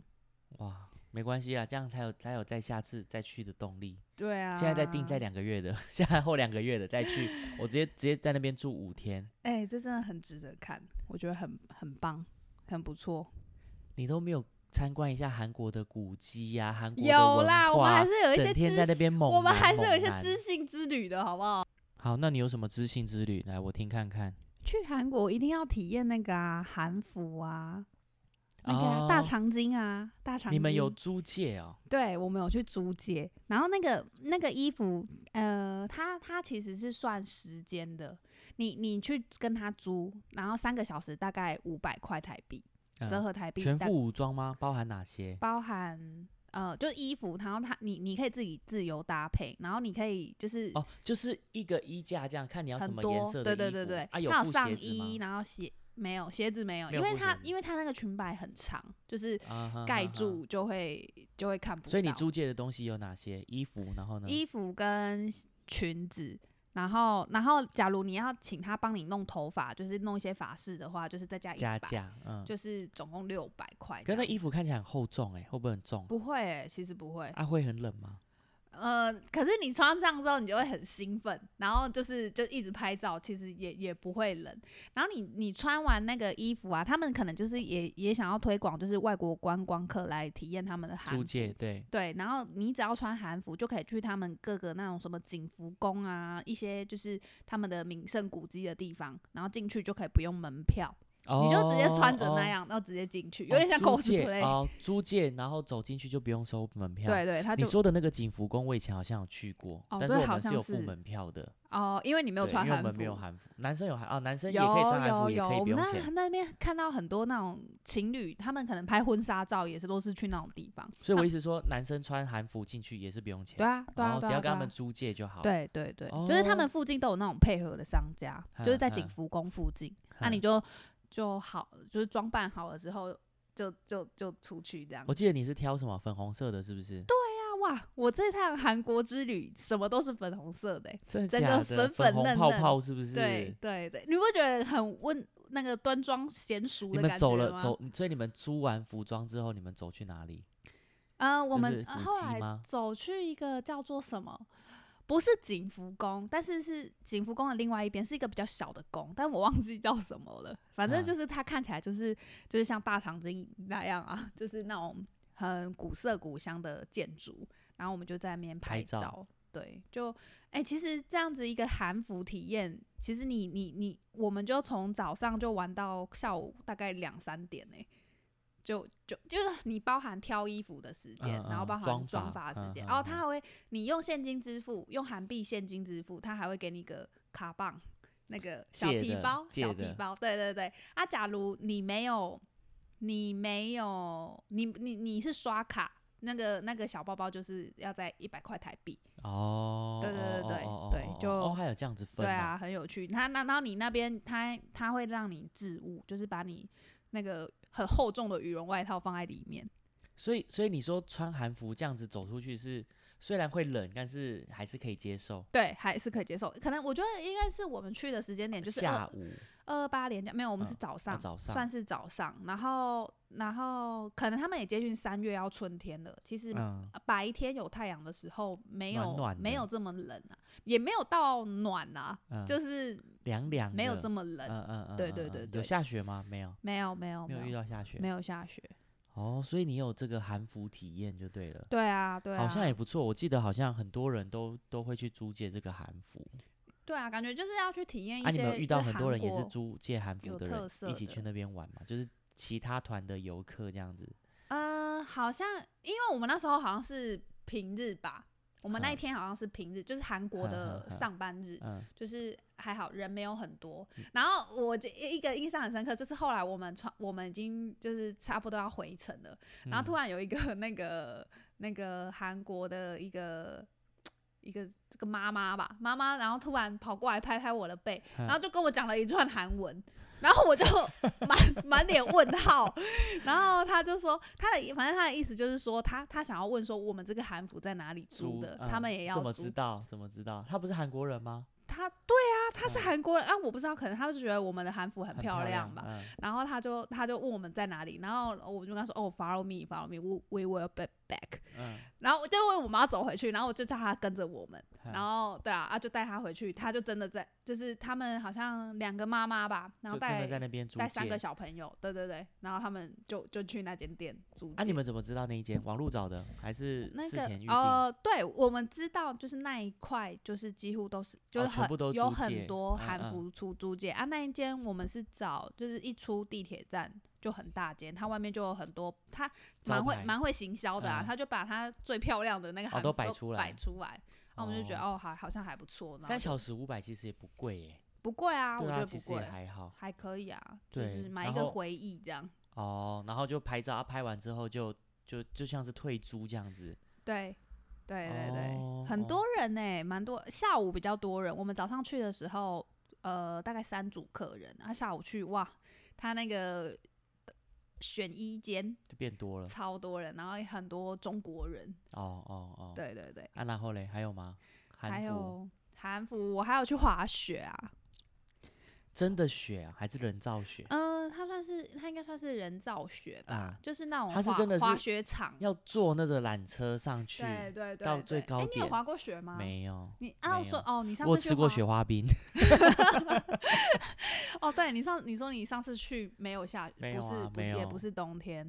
S1: 哇，没关系啊啦，这样才有才有再下次再去的动力。
S2: 对啊，
S1: 现在再订在，两个月的， *laughs* 现在后两个月的再去， *laughs* 我直接直接在那边住五天，
S2: 哎、这真的很值得看，我觉得很很棒，很不错。
S1: 你都没有参观一下韩国的古迹呀、韩国的
S2: 有
S1: 文
S2: 啦，我们
S1: 化
S2: 还是有一
S1: 整
S2: 些
S1: 天
S2: 知
S1: 在那
S2: 性
S1: 边猛
S2: 我们
S1: 男
S2: 还是有
S1: 猛
S2: 一些
S1: 男
S2: 知性之旅的好不好？
S1: 好，那你有什么知性之旅？来，我听看看。
S2: 去韩国一定要体验那个啊，韩服啊，那个啊、大
S1: 哦
S2: 长今啊，大长今。
S1: 你们有租借哦？
S2: 对，我们有去租借，然后那个那个衣服，呃，它它其实是算时间的，你你去跟他租，然后三个小时大概五百块台币，
S1: 嗯
S2: 折合嗯台币
S1: 全
S2: 大
S1: 副武装吗？包含哪些？
S2: 包含呃，就衣服，然后它你你可以自己自由搭配，然后你可以就是
S1: 哦，就是一个衣架这样，看你要什
S2: 很
S1: 么
S2: 多，
S1: 颜色的
S2: 对
S1: 衣
S2: 对
S1: 服
S2: 对对，
S1: 啊，
S2: 它
S1: 有
S2: 有
S1: 附
S2: 上
S1: 鞋子吗
S2: 衣，然后鞋没有鞋子没有，
S1: 没
S2: 因
S1: 有
S2: 为
S1: 附鞋
S2: 它
S1: 子
S2: 因为它那个裙摆很长，就是
S1: 啊哈
S2: 盖
S1: 哈哈
S2: 住就会就会看不到，
S1: 所以你租借的东西有哪些？衣服，然后呢？
S2: 衣服跟裙子，然后然后假如你要请他帮你弄头发，就是弄一些发饰的话，就是再加一
S1: 加
S2: 百，
S1: 价，嗯。
S2: 就是总共六百块这
S1: 可
S2: 样。
S1: 那衣服看起来很厚重哎、会不会很重？
S2: 不会、欸，其实不会。
S1: 啊，会很冷吗？
S2: 呃，可是你穿上之后，你就会很兴奋，然后就是就一直拍照，其实也也不会冷。然后你你穿完那个衣服啊，他们可能就是也也想要推广，就是外国观光客来体验他们的韩
S1: 租
S2: 服
S1: 借对，
S2: 对，然后你只要穿韩服，就可以去他们各个那种什么景福宫啊，一些就是他们的名胜古迹的地方，然后进去就可以不用门票，你就直接穿着那
S1: 哦，
S2: 样，然后直接进去，
S1: 哦
S2: 有点像
S1: 租借
S2: cosplay、
S1: 哦，租借然后走进去就不用收门票。，
S2: 对对，他
S1: 你
S2: 就
S1: 说的那个景福宫，我以前好像有去过，
S2: 哦
S1: 但
S2: 对
S1: 是我
S2: 好
S1: 们
S2: 像
S1: 有付
S2: 是
S1: 门票的，
S2: 哦，因为你没有
S1: 对
S2: 穿
S1: 因为
S2: 韩
S1: 我
S2: 服，
S1: 们没有韩服，男生有韩啊，男生也可以穿韩
S2: 有
S1: 服，也
S2: 有
S1: 可以
S2: 有，
S1: 不用
S2: 那
S1: 钱。
S2: 那边看到很多那种情侣，他们可能拍婚纱照也是都是去那种地方，
S1: 所以
S2: *laughs*
S1: 我意思说，男生穿韩服进去也是不用钱，
S2: 对啊对
S1: 然
S2: 啊
S1: 后
S2: 对
S1: 哦只要
S2: 啊
S1: 跟
S2: 对
S1: 他
S2: 啊
S1: 们。租借就好。
S2: 对对对，就是他们
S1: 哦
S2: 附近都有那种配合的商家，就是在景
S1: 嗯嗯
S2: 福宫附近。那、
S1: 嗯
S2: 你就就好，就是装扮好了之后，就就就出去这样。
S1: 我记得你是挑什么粉红色的，是不是？
S2: 啊哇，我这趟韩国之旅什么都是粉红色的欸、
S1: 真的
S2: 整
S1: 假的？
S2: 个粉粉
S1: 红
S2: 嫩
S1: 泡
S2: 嫩
S1: 泡是不是？
S2: 对对对，你不觉得很温那个端庄娴熟
S1: 你
S2: 的
S1: 们
S2: 感觉
S1: 走
S2: 吗？
S1: 了走，所以你们租完服装之后，你们走去哪里？
S2: 呃，我
S1: 就
S2: 们
S1: 是
S2: 呃
S1: 古
S2: 后
S1: 迹
S2: 来
S1: 吗
S2: 走去一个叫做什么？不是景福宫，但是是景福宫的另外一边，是一个比较小的宫，但我忘记叫什么了。反正
S1: 嗯
S2: 就是它看起来就是就是像大长今那样啊， *laughs* 就是那种很古色古香的建筑。然后我们就在那边
S1: 拍
S2: 拍
S1: 照
S2: 对，就哎、其实这样子一个韩服体验，其实你你你，我们就从早上就玩到下午大概两三点呢、就就就是你包含挑衣服的时间，
S1: 嗯
S2: 然后
S1: 嗯
S2: 包
S1: 妆
S2: 含
S1: 发
S2: 妆发的时
S1: 嗯
S2: 间，
S1: 嗯
S2: 然后
S1: 嗯
S2: 他还会你用现金支付，用韩币现金支付，他还会给你一个卡棒，那个小
S1: 借
S2: 提
S1: 的
S2: 包，
S1: 借
S2: 小提
S1: 的
S2: 包，对对对。啊，假如你没有，你没有，你你你是刷卡，那个那个小包包就是要在一百块台币，
S1: 哦，
S2: 对对
S1: 哦
S2: 对
S1: 哦
S2: 对
S1: 哦
S2: 对
S1: 哦哦
S2: 就
S1: 哦，还有这样子分
S2: 对啊，很有趣。他那然后你那边他他会让你置物，就是把你那个很厚重的羽绒外套放在里面，
S1: 所以所以你说穿韩服这样子走出去是虽然会冷，但是还是可以接受。
S2: 对，还是可以接受。可能我觉得应该是我们去的时间点就是
S1: 下
S2: 二
S1: 午
S2: 二八连假，没有，我们是
S1: 嗯
S2: 早上，
S1: 早上
S2: 算是早上。然后然后可能他们也接近三月要春天了，其实
S1: 嗯
S2: 呃白天有太阳的时候没有
S1: 暖暖的
S2: 没有这么冷啊，也没有到暖啊，
S1: 嗯，
S2: 就是
S1: 凉凉的，
S2: 没有这
S1: 么
S2: 么冷，
S1: 嗯嗯嗯，
S2: 对
S1: 嗯
S2: 对
S1: 嗯
S2: 对对
S1: 有下雪吗？没有，
S2: 没有没有
S1: 没有遇到下雪
S2: 没。有下雪。
S1: 哦，所以你有这个韩服体验就对了。
S2: 对啊，对啊，
S1: 好像也不错，我记得好像很多人都都会去租借这个韩服。
S2: 对啊，感觉就是要去体验一
S1: 啊，
S2: 些。
S1: 你们有遇到很多人也
S2: 就是韩国
S1: 租借韩服
S2: 有
S1: 的
S2: 特
S1: 人
S2: 色
S1: 一起
S2: 的
S1: 去那边玩嘛？就是其他团的游客这样子。
S2: 呃，好像因为我们那时候好像是平日吧，我们那一
S1: 嗯
S2: 天好像是平日，就是韩国
S1: 嗯嗯
S2: 的
S1: 嗯
S2: 上班日，
S1: 嗯，
S2: 就是还好人没有很多。然后我这一个印象很深刻，就是后来我们穿，我们已经就是差不多要回程了，
S1: 嗯
S2: 然后突然有一个那个那个韩国的一个。一个这个妈妈吧，妈妈，然后突然跑过来拍拍我的背，
S1: 嗯
S2: 然后就跟我讲了一串韩文， *laughs* 然后我就满满脸问号， *laughs* 然后他就说他的反正他的意思就是说他他想要问说我们这个韩服在哪里租的，他
S1: 嗯
S2: 们也要
S1: 怎么
S2: 租
S1: 知道？怎么知道？他不是韩国人吗？
S2: 他对啊，他是
S1: 嗯
S2: 韩国人、啊，我不知道，可能他就觉得我们的韩服很
S1: 很漂
S2: 亮吧。
S1: 嗯
S2: 然后他就他就问我们在哪里，然后我就跟他说哦，follow me，follow me，we we will be back。 *laughs*
S1: 嗯，
S2: 然后我就问我们要走回去，然后我就叫他跟着我们，
S1: 嗯
S2: 然后对啊啊就带他回去，他就真的在就是他们好像两个妈妈吧，然后
S1: 就真的在
S2: 带
S1: 那边租
S2: 带三
S1: 借
S2: 个。小朋友，对对对，然后他们就就去那间店租借。
S1: 啊，你们怎么知道那一间？网络找的还是
S2: 那
S1: 事
S2: 个
S1: 前预定？
S2: 哦，对，我们知道，就是那一块，就是几乎都是，就是
S1: 哦全
S2: 很、
S1: 部都
S2: 有
S1: 租借
S2: 很多
S1: 嗯
S2: 韩
S1: 嗯
S2: 服出租界、啊。那一间我们是找，就是一出地铁站就很大间，它外面就有很多，它
S1: 招
S2: 蛮会
S1: 牌
S2: 蛮会行销的啊，
S1: 嗯哦
S2: 他就把它最漂亮的那个韩服
S1: 都摆出
S2: 摆
S1: 来
S2: 出来，啊，我们就觉得
S1: 哦
S2: 哦，还好像还不错，然后
S1: 三
S2: 就
S1: 小时五百其实也不贵耶。
S2: 不贵啊，我
S1: 对
S2: 觉
S1: 啊，
S2: 得
S1: 其
S2: 不
S1: 实也
S2: 贵，
S1: 还好。
S2: 还可以啊，就
S1: 对
S2: 是买一
S1: 然
S2: 个
S1: 后
S2: 回忆这样，
S1: 哦，然后就拍照，啊拍完之后就就就像是退租这样子。
S2: 对，对对对，
S1: 哦
S2: 很
S1: 哦
S2: 多人呢、蛮多。下午比较多人，我们早上去的时候，呃，大概三组客人，啊，下午去哇，他那个选衣间
S1: 就变多了。
S2: 超多人，然后也很多中国人，
S1: 哦哦哦，。
S2: 对对对，
S1: 啊，然后嘞，还有吗？
S2: 还
S1: 韩服
S2: 有韩服，我还有去滑雪啊，
S1: 真的雪啊，还是人造雪？
S2: 嗯、它算是它应该算是人造雪吧，
S1: 嗯
S2: 就是那种
S1: 它是
S2: 滑
S1: 真的
S2: 滑
S1: 是
S2: 雪场，
S1: 要坐那个缆车上去，
S2: 对对对，
S1: 到最
S2: 对
S1: 高
S2: 诶你有
S1: 点
S2: 滑过雪吗？
S1: 没有？
S2: 你啊，我
S1: 没
S2: 说
S1: 有
S2: 哦，你上
S1: 我有
S2: 次去
S1: 吃过
S2: 滑
S1: 雪花冰， *laughs*
S2: 哦，对你上你说你上次去没有下，
S1: 没有
S2: 不是、
S1: 啊
S2: 不是
S1: 没
S2: 也
S1: 有
S2: 不是冬天。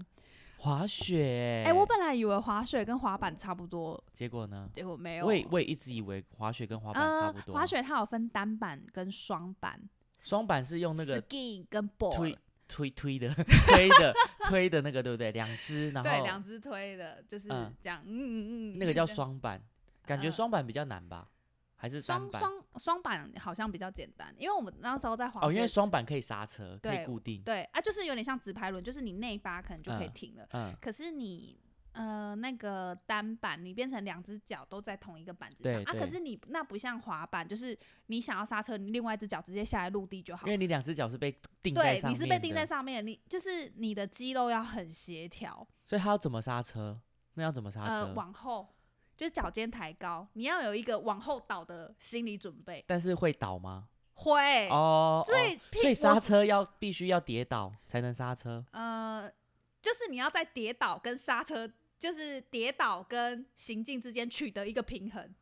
S1: 滑雪。欸
S2: 哎、我本来以为滑雪跟滑板差不多，
S1: 结果呢？
S2: 结果没有。
S1: 我也我也一直以为滑雪跟滑板差不多。
S2: 呃、滑雪它有分单板跟双板，
S1: 双板是用那个
S2: ski 跟 board，
S1: 推推推的 *laughs* 推的推的那个，对不对？两只，然
S2: 对，两
S1: 后
S2: 只推的，就是
S1: 嗯
S2: 这样，嗯嗯嗯，
S1: 那个叫
S2: 这样
S1: 双板，感觉
S2: 呃
S1: 双板比较难吧？还是单
S2: 双
S1: 板？
S2: 双双板好像比较简单，因为我们那时候在滑雪，
S1: 哦，因为双板可以刹车，可
S2: 对
S1: 以固定。
S2: 对啊，就是有点像直排轮，就是你内八可能就可以
S1: 嗯
S2: 停了，
S1: 嗯，
S2: 可是你呃那个单板，你变成两只脚都在同一个板子
S1: 对
S2: 上啊，可
S1: 对
S2: 是你那不像滑板，就是你想要刹车，你另外一只脚直接下来陆地就好
S1: 因。为你两只脚是被定在
S2: 对，
S1: 上
S2: 你
S1: 面
S2: 是
S1: 的，
S2: 被钉在上面，你就是你的肌肉要很协调，
S1: 所以他要怎么刹车？那要怎么刹
S2: 呃，
S1: 车？
S2: 往后就是脚尖抬高，你要有一个往后倒的心理准备。
S1: 但是会倒吗？
S2: 会，
S1: 哦，
S2: 所
S1: 哦
S2: 以屁
S1: 所以
S2: 我
S1: 刹
S2: 是
S1: 车要必须要跌倒才能刹车。
S2: 呃，就是你要在跌倒跟刹车，就是跌倒跟行进之间取得一个平衡，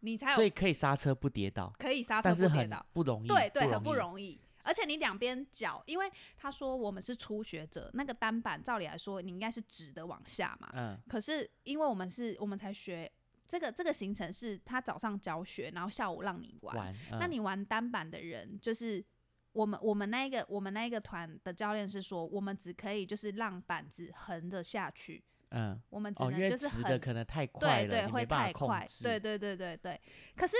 S2: 你才
S1: 所
S2: 有
S1: 以可以刹车不跌倒，
S2: 可以刹车
S1: 但是
S2: 不跌
S1: 很
S2: 倒。
S1: 不容易，
S2: 对对，很不
S1: 不易。
S2: 容易。而且你两边脚，因为他说我们是初学者，那个单板照理来说你应该是直的往下嘛，
S1: 嗯，
S2: 可是因为我们是我们才学这个这个行程是他早上教学，然后下午让你玩。
S1: 玩。
S2: 那
S1: 嗯
S2: 你玩单板的人就是。我们我们那一个我们那一个团的教练是说，我们只可以就是让板子横着下去，
S1: 嗯
S2: 我们只
S1: 哦，因
S2: 能
S1: 为
S2: 就是
S1: 直
S2: 横
S1: 的可能太快
S2: 对
S1: 了，
S2: 对，
S1: 你
S2: 会
S1: 没办
S2: 太
S1: 法控
S2: 快，
S1: 制。
S2: 对对对对对。可是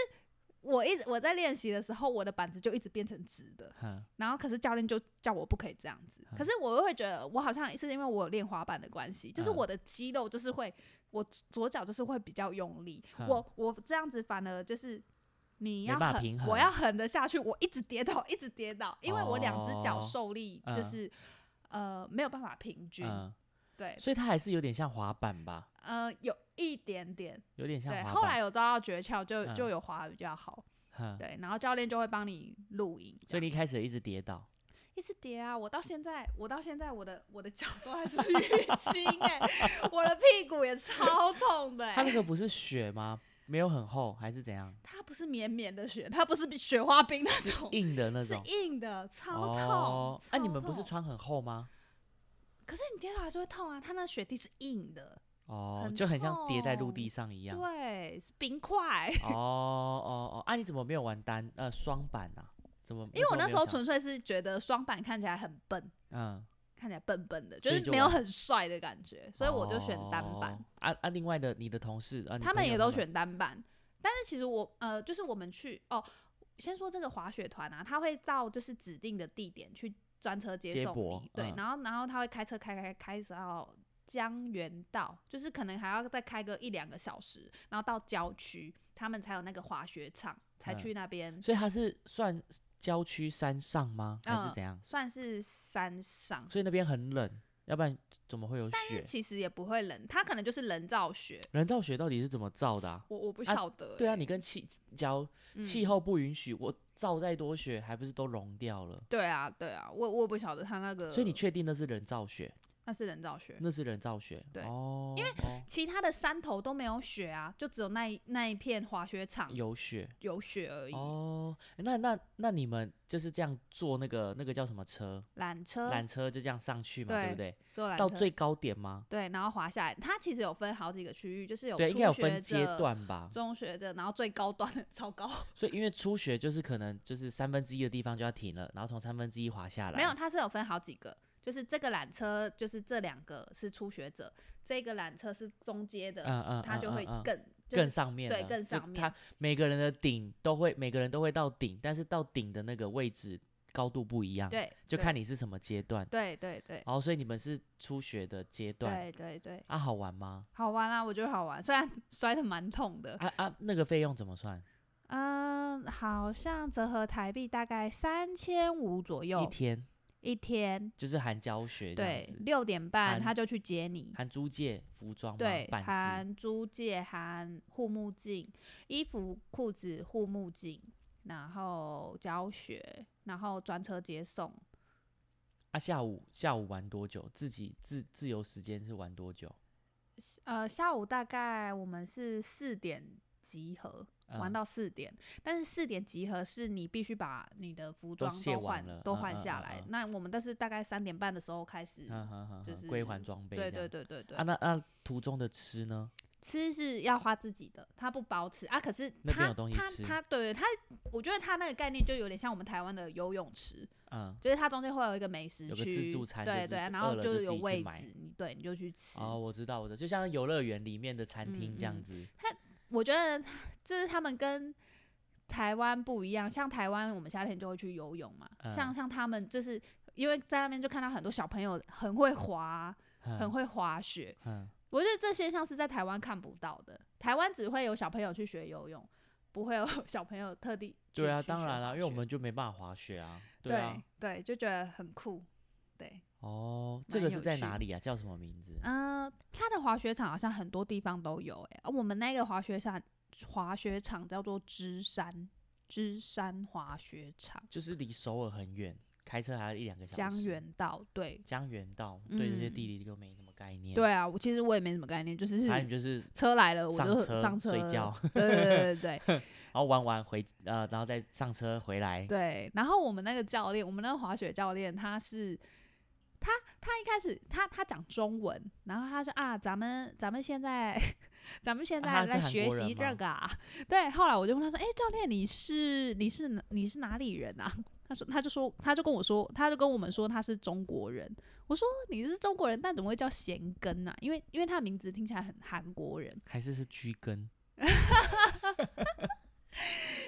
S2: 我一直我在练习的时候，我的板子就一直变成直的，
S1: 嗯，
S2: 然后可是教练就叫我不可以这样子。
S1: 嗯
S2: 可是我又会觉得，我好像是因为我有练滑板的关系，就是
S1: 嗯
S2: 我的肌肉就是会，我左左脚就是会比较用力，
S1: 嗯
S2: 我我这样子反而就是。你
S1: 没
S2: 要
S1: 办法
S2: 狠
S1: 平，
S2: 我要
S1: 衡
S2: 狠的下去，我一直跌倒，一直跌倒，因为我两只脚
S1: 哦
S2: 受力就
S1: 嗯
S2: 是、呃没有办法平均，
S1: 嗯
S2: 对，
S1: 所以它还是有点像滑板吧，
S2: 呃，有一点点，
S1: 有点像
S2: 对。
S1: 滑
S2: 后来
S1: 板。
S2: 有抓到诀窍，就就
S1: 嗯
S2: 有滑得比较好，
S1: 哼，
S2: 对。然后教练就会帮你录影，
S1: 所以
S2: 这
S1: 你
S2: 样
S1: 一开始一直跌倒，
S2: 一直叠啊，我到现在，我到现在我的我的脚都还是淤青哎、我的屁股也超痛的、
S1: 它那
S2: 欸。
S1: 个不是雪吗？没有很厚还是怎样？
S2: 它不是绵绵的雪，它不是比雪花冰那种，
S1: 硬的那
S2: 是
S1: 种。
S2: 硬的，超痛。
S1: 哦，
S2: 超
S1: 啊，你们不是
S2: 痛
S1: 穿很厚吗？
S2: 可是你跌倒还是会痛啊，它那雪地是硬的，
S1: 哦，
S2: 很
S1: 就很像叠在陆
S2: 痛
S1: 地上一样。哦
S2: 对，是冰块。
S1: 哦哦，啊，你怎么没有玩单呃双板啊？怎么？
S2: 因为我那
S1: 没
S2: 时
S1: 有
S2: 候
S1: 想
S2: 纯粹是觉得双板看起来很笨，
S1: 嗯，
S2: 看起来笨笨的，就
S1: 所以
S2: 是
S1: 就
S2: 没有
S1: 玩
S2: 很帅的感觉，所以我就选单板。
S1: 哦啊啊，另外的你的同事啊，你
S2: 他们
S1: 朋友
S2: 也都选单板，但是其实我呃，就是我们去哦，先说这个滑雪团啊，他会到就是指定的地点去专车接
S1: 接
S2: 送
S1: 驳
S2: 你，对，
S1: 嗯
S2: 然后然后他会开车开开开到江原道，就是可能还要再开个一两个小时，然后到郊区，他们才有那个滑雪场，才
S1: 嗯
S2: 去那边。
S1: 所以它是算郊区山上吗？还是
S2: 嗯
S1: 怎样？
S2: 算是山上，
S1: 所以那边很冷，要不然怎么会有雪？
S2: 其实也不会冷，它可能就是人造雪。
S1: 人造雪到底是怎么造的、啊？
S2: 我我不
S1: 啊
S2: 晓得欸、
S1: 对啊，你跟气交
S2: 嗯
S1: 气候不允许，我造再多雪还不是都融掉了？
S2: 对啊对啊，我我也不晓得它那个，
S1: 所以你确定那是人造雪？
S2: 那是人造雪，
S1: 那是人造雪？
S2: 对
S1: 哦，因为、
S2: 其他的山头都没有雪啊，就只有那一那一片滑雪场
S1: 有雪
S2: 有雪而已。
S1: 哦。那那那你们就是这样坐那个那个叫什么车？
S2: 缆车，
S1: 缆车就这样上去嘛，对不对？
S2: 坐呃缆
S1: 到
S2: 车
S1: 最高点吗？
S2: 对，然后滑下来。它其实有分好几个区域，就是有
S1: 对，应该有
S2: 初学
S1: 分阶
S2: 者、
S1: 段吧。
S2: 中学者，然后最高端的超高。
S1: 所以因为初学就是可能就是三分之一的地方就要停了，然后从三分之一滑下来。
S2: 没有，它是有分好几个，就是这个缆车，就是这两个是初学者，这个缆车是中阶的，
S1: 嗯，嗯嗯，
S2: 它就会
S1: 嗯嗯
S2: 更、就是
S1: 更上面了，
S2: 对更
S1: 就
S2: 上面
S1: 它每个人的顶都会，每个人都会到顶，但是到顶的那个位置高度不一样，，
S2: 对，
S1: 就
S2: 对
S1: 看你是什么阶段。
S2: 对对对
S1: 哦，所以你们是初学的阶段，
S2: 对对对，
S1: 啊，好玩吗？
S2: 好玩啊，我觉得好玩，虽然 *laughs* 摔的蛮痛的，
S1: 啊啊，那个费用怎么算？
S2: 嗯，好像折合台币大概三千五左右
S1: 一天
S2: 一天，
S1: 就是含教学这样
S2: 对，
S1: 子，
S2: 六点半
S1: 含哦
S2: 他就去接你。
S1: 含租借、服装吗、
S2: 对，
S1: 板子，
S2: 含租借、含护目镜、衣服、裤子、护目镜，然后教学，然后专车接送。
S1: 啊，下午下午玩多久？自己自自由时间是玩多久？
S2: 呃，下午大概我们是四点集合，玩
S1: 嗯
S2: 到四点，但是四点集合是你必须把你的服
S1: 都
S2: 装
S1: 卸
S2: 都
S1: 完
S2: 换
S1: 了
S2: 都
S1: 嗯
S2: 换
S1: 嗯
S2: 下
S1: 嗯
S2: 来。
S1: 嗯
S2: 那我们但是大概三点半的时候开始，
S1: 嗯哼哼
S2: 就
S1: 哼归还
S2: 是
S1: 装备这
S2: 对
S1: 样。
S2: 对对对对，
S1: 啊，那那途中的吃呢？
S2: 吃是要花自己的，它不包吃啊。可是
S1: 那边
S2: 它
S1: 有东西
S2: 它
S1: 吃
S2: 它对它，我觉得它那个概念就有点像我们台湾的游泳池，
S1: 嗯，
S2: 就是它中间会有一个美食
S1: 有个自
S2: 区，
S1: 助餐就
S2: 对
S1: 是
S2: 对，然
S1: 饿
S2: 后
S1: 了
S2: 就
S1: 就是自
S2: 有
S1: 己去
S2: 位
S1: 买
S2: 置，你对你就去吃。
S1: 哦，我知道，我知道，就像游乐园里面的餐厅这
S2: 嗯
S1: 样
S2: 嗯
S1: 子。 *laughs*
S2: 我觉得这是他们跟台湾不一样，像台湾我们夏天就会去游泳嘛，
S1: 嗯
S2: 像像他们就是因为在那边就看到很多小朋友很会滑啊，很
S1: 嗯
S2: 会滑雪，
S1: 嗯，
S2: 我觉得这现象是在台湾看不到的，台湾只会有小朋友去学游泳，不会有 *laughs* 小朋友特地去
S1: 对啊，
S2: 去
S1: 当
S2: 学
S1: 然啦，
S2: 滑
S1: 因为我
S2: 雪
S1: 们就没办法滑雪啊。
S2: 对
S1: 啊。
S2: 对就觉得很酷，对，
S1: 哦，这
S2: 蛮
S1: 个是
S2: 有
S1: 在
S2: 趣
S1: 哪里啊？叫什么名字？
S2: 嗯、它的滑雪场好像很多地方都有、欸，哎，我们那个滑雪场滑雪场叫做芝山芝山滑雪场，
S1: 就是离首尔很远，开车还要一两个小时。
S2: 江，原道，对
S1: 江原道，对这些
S2: 嗯
S1: 地理都没什么概念。，
S2: 对啊，我其实我也没什么概念，就是
S1: 反正就是
S2: 车来了我
S1: 上
S2: 就
S1: 车
S2: 上车
S1: 睡觉，
S2: 对对对对对对
S1: 然后玩完回呃，然后再上车回来。
S2: 对。然后我们那个教练，我们那个滑雪教练，他是他他一开始他他讲中文，然后他说啊，咱们咱们现在咱们现
S1: 啊他是
S2: 在在
S1: 韩
S2: 学
S1: 国人
S2: 习
S1: 吗
S2: 这个、啊，对。后来我就问他说，哎、教练你是你是哪你是哪里人啊？ *laughs* 他说，他就说，他就跟我说，他就跟我们说他是中国人。我说你是中国人，但怎么会叫贤根呢、啊因为因为他的名字听起来很韩国人。
S1: 还是是居
S2: *laughs*
S1: 根。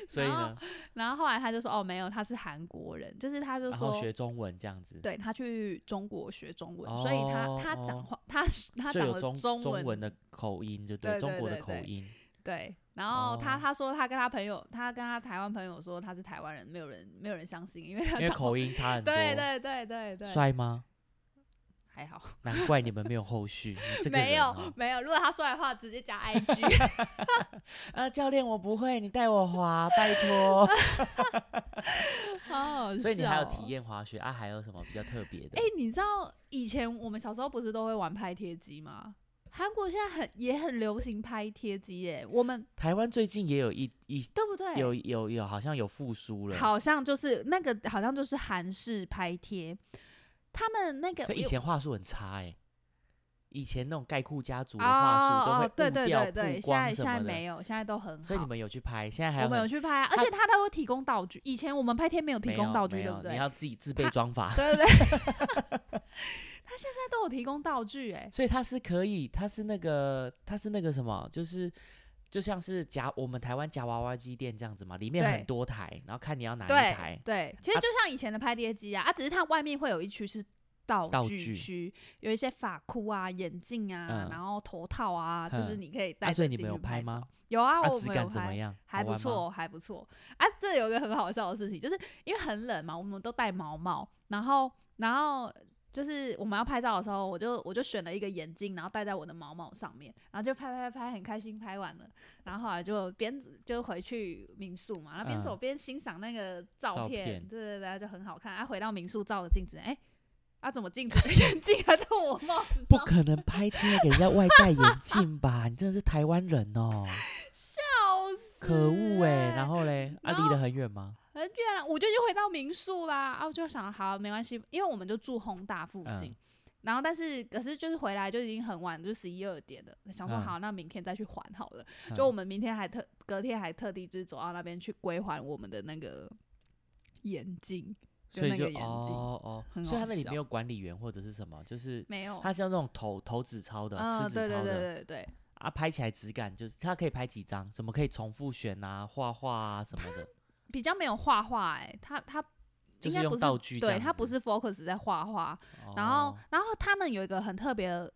S1: 所以
S2: 然
S1: 呢，
S2: 然后后来他就说：“哦，没有，他是韩国人，就是他就
S1: 然后
S2: 说，
S1: 学中文这样子，
S2: 对他去中国学中文，所以他他
S1: 哦
S2: 讲
S1: 哦
S2: 话，他是他
S1: 就
S2: 讲
S1: 有
S2: 了
S1: 中
S2: 中文
S1: 文的口音，就
S2: 对
S1: 中
S2: 对
S1: 国的
S2: 对
S1: 口
S2: 对
S1: 音。
S2: 对。然后他、
S1: 哦
S2: 他说他跟他朋友，他跟他台湾朋友说他是台湾人，没有人没有人相信，因为他
S1: 因
S2: *laughs*
S1: 为
S2: 讲话
S1: 口音差很多。
S2: 对对对对对，
S1: 帅吗？
S2: 还好，
S1: 难怪你们没有后续。你这个
S2: 没
S1: 人
S2: 有、
S1: 哦
S2: 没有。如果他帅的话，直
S1: *laughs*
S2: 接加 IG。
S1: 啊，教练我不会，你带我滑，拜
S2: *laughs*
S1: 托。
S2: 好好
S1: 所以你还有
S2: 笑
S1: 体
S2: 哦。
S1: 验滑雪啊？还有什么比较特别的
S2: 哎、？你知道以前我们小时候不是都会玩拍贴机吗？韩国现在很也很流行拍贴机耶，我们
S1: 台湾最近也有一一
S2: 对不对？
S1: 有有有，好像有复苏了。
S2: 好像就是那个，好像就是韩式拍贴。他们那个
S1: 可以
S2: 有
S1: 前话术很差哎、以前那种盖库家族的话术都
S2: 哦
S1: 会
S2: 哦，对
S1: 误
S2: 对
S1: 掉
S2: 对
S1: 曝
S2: 对，现在
S1: 光
S2: 现
S1: 什
S2: 在
S1: 么的，
S2: 没有，现在都很好。
S1: 所以你们有去拍，现在还
S2: 我
S1: 有
S2: 们有
S1: 很
S2: 去拍、啊，而
S1: 他
S2: 且他都有提供道具。以前我们拍贴没有提
S1: 没
S2: 供
S1: 有
S2: 道具，
S1: 没
S2: 对
S1: 有
S2: 不
S1: 你
S2: 对？
S1: 要自己自备
S2: 他
S1: 装法，
S2: 对对对，他
S1: *laughs*
S2: 现在都有提供道具哎、
S1: 所以它是可以，它是那个它是那个什么，就是。就像是夹我们台湾夹娃娃机店这样子嘛，里面
S2: 对
S1: 很多台，然后看你要哪一
S2: 对
S1: 台。
S2: 对，其实
S1: 啊
S2: 就像以前的拍贴机啊，啊，只是它外面会有一区是道
S1: 道
S2: 具
S1: 具
S2: 区，有一些发箍啊、眼镜啊，
S1: 嗯
S2: 然后头套啊，就是
S1: 哼
S2: 你可以戴
S1: 那所
S2: 着
S1: 以你
S2: 进去
S1: 们有
S2: 拍
S1: 拍
S2: 照？
S1: 吗？
S2: 有啊，
S1: 啊，
S2: 我
S1: 质
S2: 们有
S1: 感怎么
S2: 拍。
S1: 样？
S2: 还
S1: 好
S2: 不
S1: 玩吗。
S2: 错，还不错啊！这有一个很好笑的事情，就是因为很冷嘛，我们都戴毛毛，然后然后就是我们要拍照的时候，我就我就选了一个眼镜，然后戴在我的毛毛上面，然后就拍拍拍拍，很开心拍完了，然后后来就边就回去民宿嘛，然后边走
S1: 嗯
S2: 边欣赏那个照
S1: 照
S2: 片，
S1: 片
S2: 对对对，就很好看。啊，回到民宿照了镜子，哎、啊怎么镜子 *laughs* 眼镜还在我帽子
S1: 不
S2: 上？
S1: 可能拍贴给人家外戴眼镜吧？你真的是台湾人
S2: *laughs*
S1: 哦，
S2: 笑死！
S1: 可恶哎、
S2: *laughs*
S1: 然
S2: 后。
S1: 后嘞，啊，
S2: 然
S1: 离得很远吗？
S2: 很远了，我就已经回到民宿啦。啊，我就想好没关系，因为我们就住宏大附近。
S1: 嗯
S2: 然后，但是可是就是回来就已经很晚，就十一二点了。想说
S1: 嗯
S2: 好，那明天再去还好了。
S1: 嗯
S2: 就我们明天还特隔天还特地就是走到那边去归还我们的那个眼镜，就
S1: 所以
S2: 那
S1: 就
S2: 个眼镜
S1: 哦哦，
S2: 很
S1: 所以
S2: 好
S1: 他那里
S2: 笑
S1: 没有管理员或者是什么，就是
S2: 没有。
S1: 它是用那种投投纸钞的、
S2: 嗯，
S1: 吃纸
S2: 对对
S1: 钞
S2: 对
S1: 的
S2: 对对，
S1: 啊，拍起来质感就是它可以拍几张，怎么可以重复选啊、画画啊什么的，
S2: 比较没有画画哎，他他
S1: 就
S2: 应该不
S1: 用
S2: 是
S1: 道具这
S2: 对
S1: 样
S2: 他不
S1: 子，
S2: 是 focus 在画画，然后
S1: 哦，
S2: 然后他们有一个很特别的，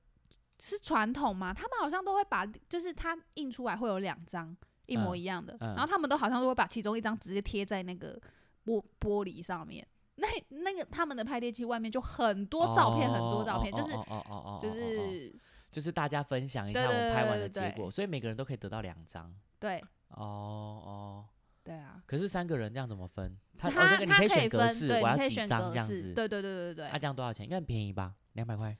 S2: 是传统嘛？他们好像都会把，就是它印出来会有两张一模
S1: 嗯
S2: 一样的，
S1: 嗯
S2: 然后他们都好像都会把其中一张直接贴在那个玻玻璃上面。那那个他们的拍贴机外面就很多照片，很多照片，
S1: 哦
S2: 就是
S1: 哦哦哦哦哦
S2: 就
S1: 哦哦
S2: 是
S1: 就是大家分享一
S2: 对
S1: 下我
S2: 对
S1: 们拍
S2: 对
S1: 完
S2: 对
S1: 的结
S2: 对
S1: 果，所以每个人都可以得到两张。
S2: 对
S1: 哦哦，
S2: 对啊，
S1: 可是三个人这样怎么分？他哦
S2: 它
S1: 那个你
S2: 它
S1: 以
S2: 可
S1: 选
S2: 以
S1: 格
S2: 分，
S1: 式，我
S2: 对，你
S1: 要
S2: 可以
S1: 几
S2: 选
S1: 张
S2: 格
S1: 这样
S2: 式，
S1: 子。啊
S2: 对对对对
S1: 那
S2: 对，
S1: 这样多少钱？应该很便宜吧？两百块。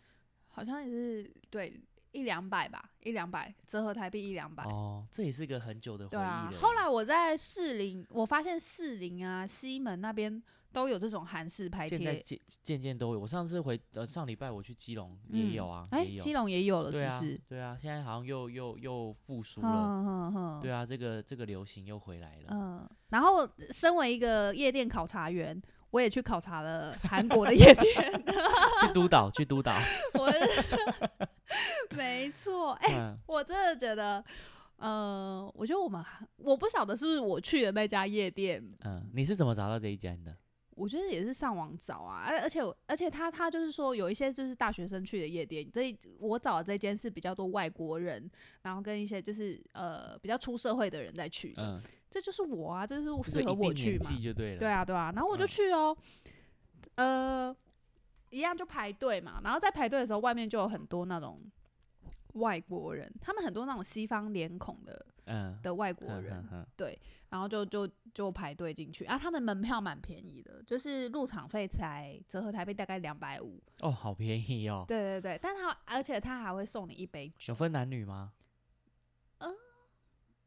S2: 好像也是对一两百吧，一两百折合台币一两百，
S1: 哦，这也是个很久的回
S2: 对
S1: 忆
S2: 啊
S1: 了，耶。
S2: 后来我在士林，我发现士林啊、西门那边都有这种韩式拍
S1: 现在
S2: 贴。
S1: 渐渐渐都有。我上次回呃上礼拜我去基隆也有啊，
S2: 哎、
S1: 也有。
S2: 基隆也有了，
S1: 对啊
S2: 是不是？
S1: 对啊，现在好像又又又复苏了。
S2: 嗯嗯嗯，
S1: 对啊，这个这个流行又回来了。
S2: 嗯。然后，身为一个夜店考察员，我也去考察了韩国的夜店。
S1: 去督
S2: *laughs*
S1: 导，去督导。
S2: 我是， *laughs* 没错，哎、
S1: 嗯，
S2: 我真的觉得，呃，我觉得我们韩，我不晓得是不是我去的那家夜店
S1: 嗯，你是怎么找到这一间的？
S2: 我觉得也是上网找啊，而而且我而且他他就是说有一些就是大学生去的夜店，这一我找的这间是比较多外国人，然后跟一些就是呃比较出社会的人在去的，
S1: 嗯，
S2: 这就是我啊，这就是
S1: 就是
S2: 呃适合
S1: 一定
S2: 我去
S1: 年
S2: 嘛
S1: 纪，就对了。
S2: 对，啊对啊，然后我就
S1: 嗯
S2: 去哦，呃，一样就排队嘛，然后在排队的时候外面就有很多那种外国人，他们很多那种西方脸孔的
S1: 嗯，
S2: 的外国
S1: 哼
S2: 人，
S1: 哼哼
S2: 然后就就就排队进去啊，他们门票蛮便宜的，就是入场费才折合台币大概两百五。
S1: 哦，好便宜哦。
S2: 对对对，但他而且他还会送你一杯
S1: 有
S2: 酒。
S1: 分男女吗？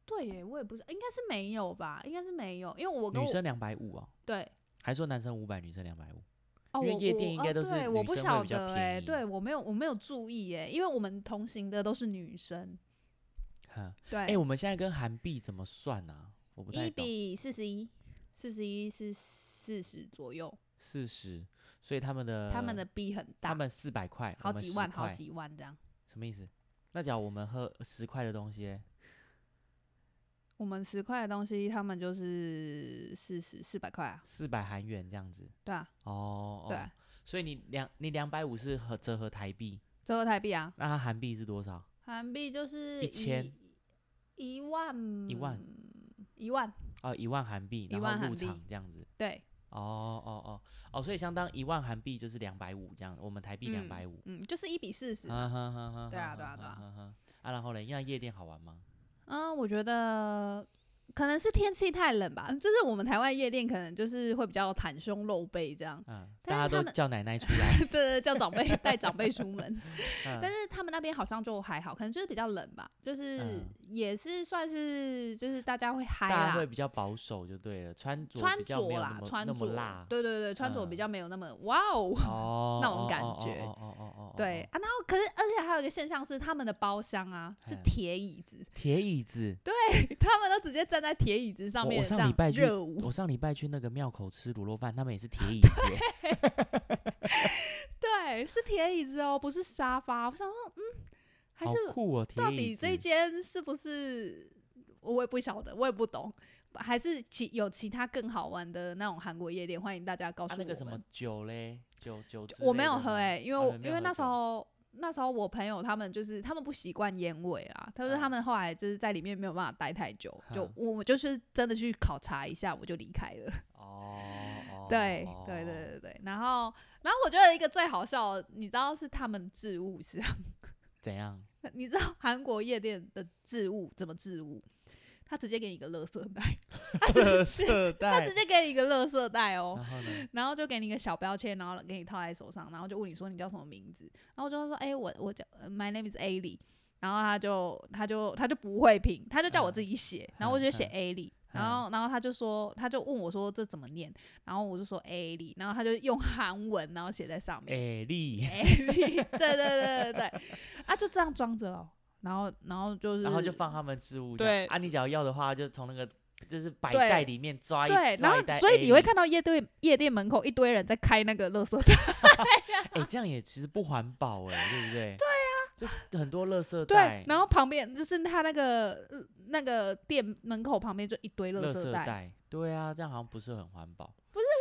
S2: 对耶，我也不是，应该是没有吧？应该是没有，因为我跟
S1: 女
S2: 我
S1: 生两百五哦，
S2: 对
S1: 还说男生五百，女生两百五。
S2: 哦，
S1: 因为
S2: 我
S1: 夜
S2: 我
S1: 店应该
S2: 哦
S1: 都是
S2: 对我
S1: 女
S2: 不
S1: 生会
S2: 晓
S1: 比较
S2: 得
S1: 便
S2: 哎，
S1: 宜
S2: 对我没有我没有注意哎，因为我们同行的都是女生。
S1: 哼，
S2: 对，
S1: 哎，我们现在跟韩币怎么算啊？我不太
S2: 一
S1: 懂。
S2: 比四十一，四十一是四十左右，
S1: 四十，所以他们的
S2: 他们的币很大，
S1: 呃他们四百块，
S2: 好
S1: 我们
S2: 几
S1: 10
S2: 万好
S1: 块
S2: 几万这样。
S1: 什么意思？那假如我们喝十块的东西嘞，
S2: 我们十块的东西，他们就是四十四百块啊，
S1: 四百韩元这样子
S2: 对啊，
S1: 哦，
S2: 对
S1: 哦
S2: 啊，
S1: 所以你两你两百五是合折合台币，
S2: 折合台币啊，
S1: 那它韩币是多少？
S2: 韩币就是
S1: 一千
S2: 一一万
S1: 一万
S2: 一万，
S1: 哦，一万韩币，
S2: 一
S1: 然
S2: 万
S1: 后
S2: 韩
S1: 入
S2: 币
S1: 场这样子
S2: 对，
S1: 哦哦哦哦，所以相当一万韩币就是两百五这样，我们台币两百五。
S2: 嗯，就是一比四十。
S1: 啊哈哈哈
S2: 对啊对
S1: 哈
S2: 啊对啊
S1: 哈哈啊，然后嘞，那夜店好玩吗？，
S2: 嗯，我觉得可能是天气太冷吧，就是我们台湾夜店可能就是会比较袒胸露背这样 *laughs*
S1: 嗯，大
S2: 但
S1: 家
S2: 是他
S1: 都
S2: 们
S1: 叫奶奶出来。
S2: 对对，叫长辈带长辈出门。但
S1: *laughs* 嗯
S2: 是他们那边好像就还好，可能就是比较冷吧，就是
S1: 嗯
S2: 也是算是就是大家会嗨
S1: 大家
S2: 啦
S1: 会，比较保守就对了，穿着
S2: 穿
S1: 比较
S2: 着
S1: 没有那
S2: 啦
S1: 么，
S2: 穿
S1: 那么
S2: 着
S1: 辣，
S2: 对对对，穿着比
S1: 嗯
S2: 较没有那么哇哦。
S1: 哦，
S2: 那种
S1: 哦
S2: 感
S1: 哦哦
S2: 觉
S1: 哦哦哦哦，哦
S2: 对，啊，然后可是，而且还有一个现象是，他们的包厢啊是
S1: 嘿
S2: 铁椅子， *laughs*
S1: 铁椅子。
S2: 他们都直接站在铁椅子上
S1: 哦我
S2: 面
S1: 我
S2: 这
S1: 上
S2: 样
S1: 礼拜去
S2: 热舞。
S1: 我上礼拜去那个庙口吃卤肉饭，他们也是
S2: 啊
S1: 铁椅子欸。
S2: 对，是铁椅子哦，不是沙发。我想说，嗯，还
S1: 好
S2: 是
S1: 酷哦，
S2: 到
S1: 铁椅
S2: 底
S1: 子。
S2: 这间是不是我也不晓得，我也不懂，还是其有其他更好玩的那种韩国夜店，欢迎大家告诉
S1: 啊
S2: 我、
S1: 那
S2: 们。
S1: 个什么酒嘞，酒酒之
S2: 我
S1: 类
S2: 没有
S1: 的
S2: 喝
S1: 吗
S2: 哎、因为
S1: 啊
S2: 我、
S1: 你没
S2: 因
S1: 有
S2: 为
S1: 喝
S2: 那时
S1: 酒
S2: 候那时候我朋友他们就是他们不习惯烟味啦，他说他
S1: 嗯
S2: 们后来就是在里面没有办法待太久，就
S1: 嗯
S2: 我就是真的去考察一下，我就离开了。
S1: 哦，哦
S2: 对
S1: 哦
S2: 对对对对，然后然后我觉得一个最好笑的，你知道是他们置物是啊
S1: 怎样？
S2: *laughs* 你知道韩国夜店的置物怎么置物？他直接给你一个垃圾袋， *laughs* 他直
S1: 特
S2: 接
S1: 色
S2: 他
S1: 带
S2: 直，接给你一个垃圾袋哦
S1: 然，后呢？
S2: 然后就给你一个小标签，然后给你套在手上，然后就问你说你叫什么名字，然后我就说哎、我我叫呃 my name is a l i 然后他就他就他就不会拼，他就叫我自己写，
S1: 嗯
S2: 然后我就写 a l i 然后，然后他就说，他就问我说这怎么念，然后我就说 a l i 然后他就用韩文，然后写在上面。
S1: 哎丽，
S2: 哎，对 *laughs* 对对对对，啊，就这样装着哦，然后然后就是，
S1: 然后就放他们置物这样。
S2: 对
S1: 啊，你只要要的话，就从那个就是白
S2: 对
S1: 袋里面抓一
S2: 对，然
S1: 抓一袋
S2: 后所以你会
S1: A-Li
S2: 看到夜店夜店门口一堆人在开那个垃圾袋，
S1: 哎，这样也其实不环保哎，对不对？对啊，就很多垃圾袋
S2: 对，，然后旁边就是他那个呃那个店门口旁边就一堆垃
S1: 垃
S2: 圾
S1: 圾
S2: 袋，
S1: 袋，对啊，这样好像不是很环保。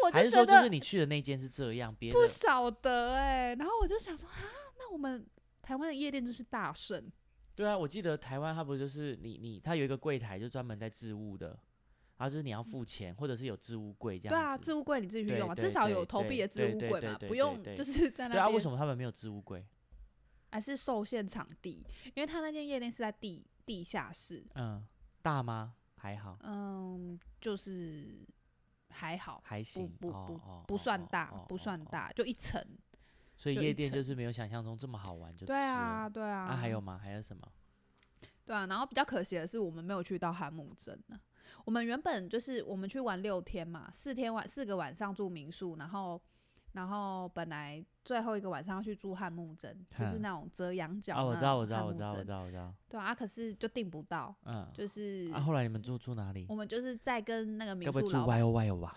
S2: 我
S1: 还
S2: 就是
S1: 说
S2: 觉
S1: 就
S2: 得
S1: 是你去的那间是这样，别的
S2: 不晓得哎，然后我就想说啊，那我们台湾的夜店真是大盛，
S1: 对啊，我记得台湾它不就是你你它有一个柜台就专门在置物的，然后就是你要付钱，或者是有置物柜这
S2: 对啊，
S1: 样子。
S2: 置物柜你自己去
S1: 对
S2: 用啊，
S1: 对
S2: 至少
S1: 对
S2: 有投
S1: 对
S2: 币的置
S1: 对
S2: 物
S1: 对
S2: 柜
S1: 对
S2: 嘛，
S1: 对
S2: 不
S1: 对
S2: 用
S1: 对
S2: 就是在那
S1: 对啊，为
S2: 边
S1: 什么他们没有置物柜？
S2: 还是受限场地，因为他那间夜店是在地地下室，
S1: 嗯，大吗？还好，
S2: 嗯，就是还好，
S1: 还行，
S2: 不
S1: 哦哦
S2: 不
S1: 哦
S2: 算
S1: 哦
S2: 大
S1: 哦，
S2: 不算
S1: 哦哦
S2: 大，就一层。
S1: 所以
S2: 就
S1: 夜
S2: 一
S1: 店就
S2: 层
S1: 是没有想象中这么好玩，就
S2: 对
S1: 是
S2: 啊，
S1: 了
S2: 对啊。
S1: 啊，还有吗？还有什么？
S2: 对啊，然后比较可惜的是，我们没有去到韩木镇呢。我们原本就是我们去玩六天嘛，四天晚四个晚上住民宿，然后然后本来最后一个晚上要去住汉木镇，就是
S1: 哼
S2: 那种遮阳角
S1: 啊，我
S2: 那
S1: 知道，
S2: 种
S1: 我知道，
S2: 汉
S1: 我
S2: 木
S1: 知道，我
S2: 镇
S1: 知道，我知道。
S2: 对啊，啊可是就订不到，
S1: 嗯，
S2: 就是
S1: 啊，后来你们住住哪里
S2: 我？们就是在跟那个民
S1: 该不
S2: 宿
S1: 会住
S2: 老板
S1: Y O Y O 吧？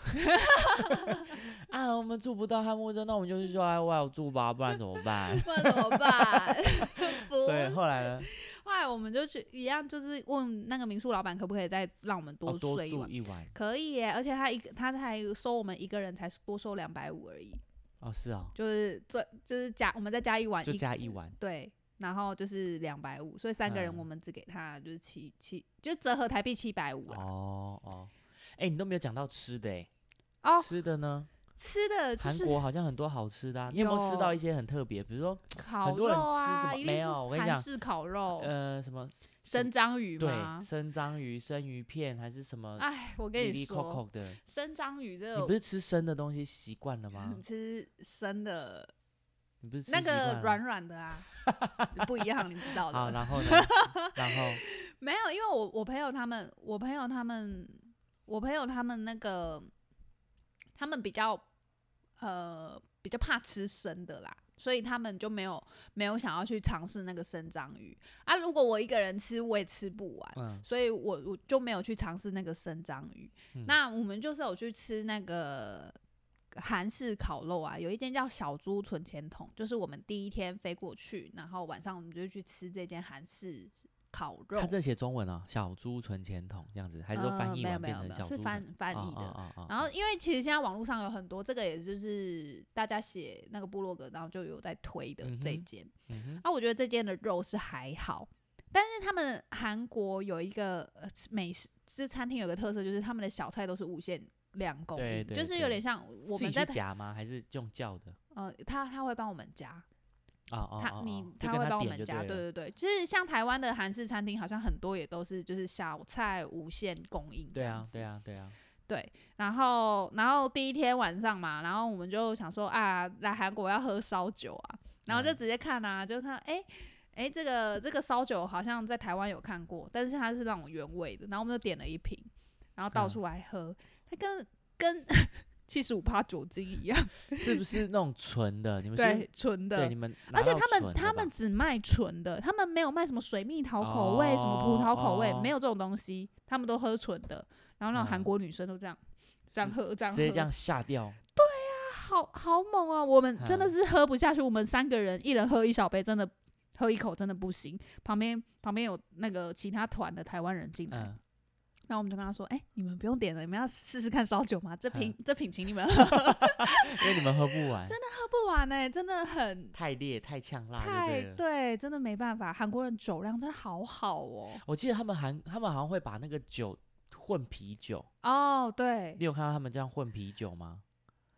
S1: *laughs* 啊，我们住不到汉木镇，那我们就去 Y O Y O 住吧，不然怎么
S2: *laughs*
S1: 办？
S2: 不然怎么办？ *laughs* 不
S1: 对，啊
S2: 是，
S1: 后来呢？
S2: 后来我们就去一样，就是问那个民宿老板可不可以再让我们
S1: 哦多
S2: 睡一
S1: 住
S2: 晚。
S1: 一晚
S2: 可以耶，而且他一个他才收我们一个人才多收两百五而已，
S1: 哦，是哦，
S2: 就是这就是加我们再加一晚
S1: 就
S2: 啊一
S1: 加一晚。
S2: 对，然后就是两百五，所以三个人
S1: 嗯
S2: 我们只给他就是七七，就折合台币七百五啊。
S1: 哦哦，哎、你都没有讲到吃的哎、
S2: 哦，
S1: 吃的呢？
S2: 吃的就
S1: 韩
S2: 是
S1: 国好像很多好吃的、啊，你有没有吃到
S2: 有
S1: 一些很特别？比如说，
S2: 烤
S1: 很多
S2: 肉
S1: 人吃什
S2: 啊，
S1: 么
S2: 一
S1: 没
S2: 定是
S1: 有我跟你
S2: 韩
S1: 讲
S2: 式烤肉、
S1: 呃，什么
S2: 哦生章鱼
S1: 对
S2: 吗？
S1: 生章鱼、生鱼片还是什么？
S2: 哎，我跟
S1: 里
S2: 你
S1: 里扣
S2: 说，呃
S1: 扣的，
S2: 生章鱼这
S1: 你
S2: 个
S1: 不是吃生的东西习惯了吗
S2: 嗯？吃生的
S1: 你不是吃
S2: 那
S1: 习惯
S2: 个
S1: 了
S2: 软软的啊，不一样，你知
S1: *laughs*
S2: 道
S1: 好，
S2: 的。
S1: 然
S2: *laughs*
S1: 后呢？然后
S2: 没有，因为我我朋友他们，我朋友他们，我朋友他们那个，他们比较呃比较怕吃生的啦，所以他们就没有没有想要去尝试那个生章鱼啊。如果我一个人吃，我也吃不完。
S1: 嗯，
S2: 所以我我就没有去尝试那个生章鱼。
S1: 嗯
S2: 那我们就是有去吃那个韩式烤肉啊，有一间叫小猪存钱筒，就是我们第一天飞过去，然后晚上我们就去吃这间韩式烤肉
S1: 他。这写中文啊，小猪存钱筒这样子，还是说
S2: 呃
S1: 翻译
S2: 没有
S1: 完
S2: 没
S1: 变
S2: 有
S1: 成
S2: 没
S1: 小猪
S2: 有是
S1: 存？
S2: 翻翻译
S1: 啊
S2: 的。
S1: 啊啊啊
S2: 然
S1: 啊
S2: 后，因为其实现在网络上有很多，这个也就是大家写那个部落格，然后就有在推的
S1: 嗯
S2: 这一
S1: 哼
S2: 间。
S1: 嗯哼
S2: 啊，我觉得这间的肉是还好，但是他们韩国有一个呃美食，就是餐厅有个特色，就是他们的小菜都是无限量供
S1: 对
S2: 应，
S1: 对
S2: 就是有
S1: 对
S2: 点像我
S1: 自
S2: 们
S1: 己
S2: 在
S1: 去夹吗？还是用叫的？
S2: 呃，他他会帮我们夹，
S1: 啊啊，
S2: 他
S1: 哦
S2: 你
S1: 哦就
S2: 会
S1: 跟他
S2: 帮我
S1: 点
S2: 们
S1: 就
S2: 加，
S1: 对
S2: 对
S1: 了
S2: 对对，就是像台湾的韩式餐厅，好像很多也都是就是小菜无限供应，
S1: 对啊，对，啊，
S2: *laughs*
S1: 对啊，
S2: 对。然后然后第一天晚上嘛，然后我们就想说啊，来韩国要喝烧酒啊，然后就
S1: 嗯
S2: 直接看啊，就看哎。哎，这个这个烧酒好像在台湾有看过，但是它是那种原味的，然后我们就点了一瓶，然后倒
S1: 嗯
S2: 出来喝，它跟跟 *laughs* 七十五趴酒精一样，
S1: 是不是那种纯的？你们是
S2: 对，纯的，
S1: 对你们拿
S2: 而且
S1: 到
S2: 他
S1: 纯
S2: 们
S1: 的
S2: 他
S1: 吧
S2: 们只卖纯的，他们没有卖什么水蜜桃口味、什么葡萄口味，
S1: 哦
S2: 没有这种东西，他们都喝纯的。然后那种韩
S1: 嗯
S2: 国女生都这样。这样喝，这样
S1: 直
S2: 喝，
S1: 接这样下
S2: *laughs*
S1: 掉，
S2: 好好猛啊！我
S1: *laughs*
S2: 们真的
S1: 嗯
S2: 是喝不下去，我们三个人一人喝一小杯，真的喝一口真的不行。旁边旁边有那个其他团的台湾人进来，
S1: 嗯，
S2: 然后我们就跟他说：“哎、你们不用点了，你们要试试看烧酒吗？这瓶、
S1: 嗯
S2: 这瓶请你
S1: *laughs*
S2: 们喝，
S1: 因为你们喝不完，真的
S2: 喝不完呢、真的很
S1: 太烈太呛辣，
S2: 太
S1: 啊对了。
S2: 对，真的没办法。韩国人酒量真的好好哦。”
S1: 我记得他们韩，他们好像会把那个酒混啤酒，
S2: 哦，对
S1: 你，有看到他们这样混啤酒吗？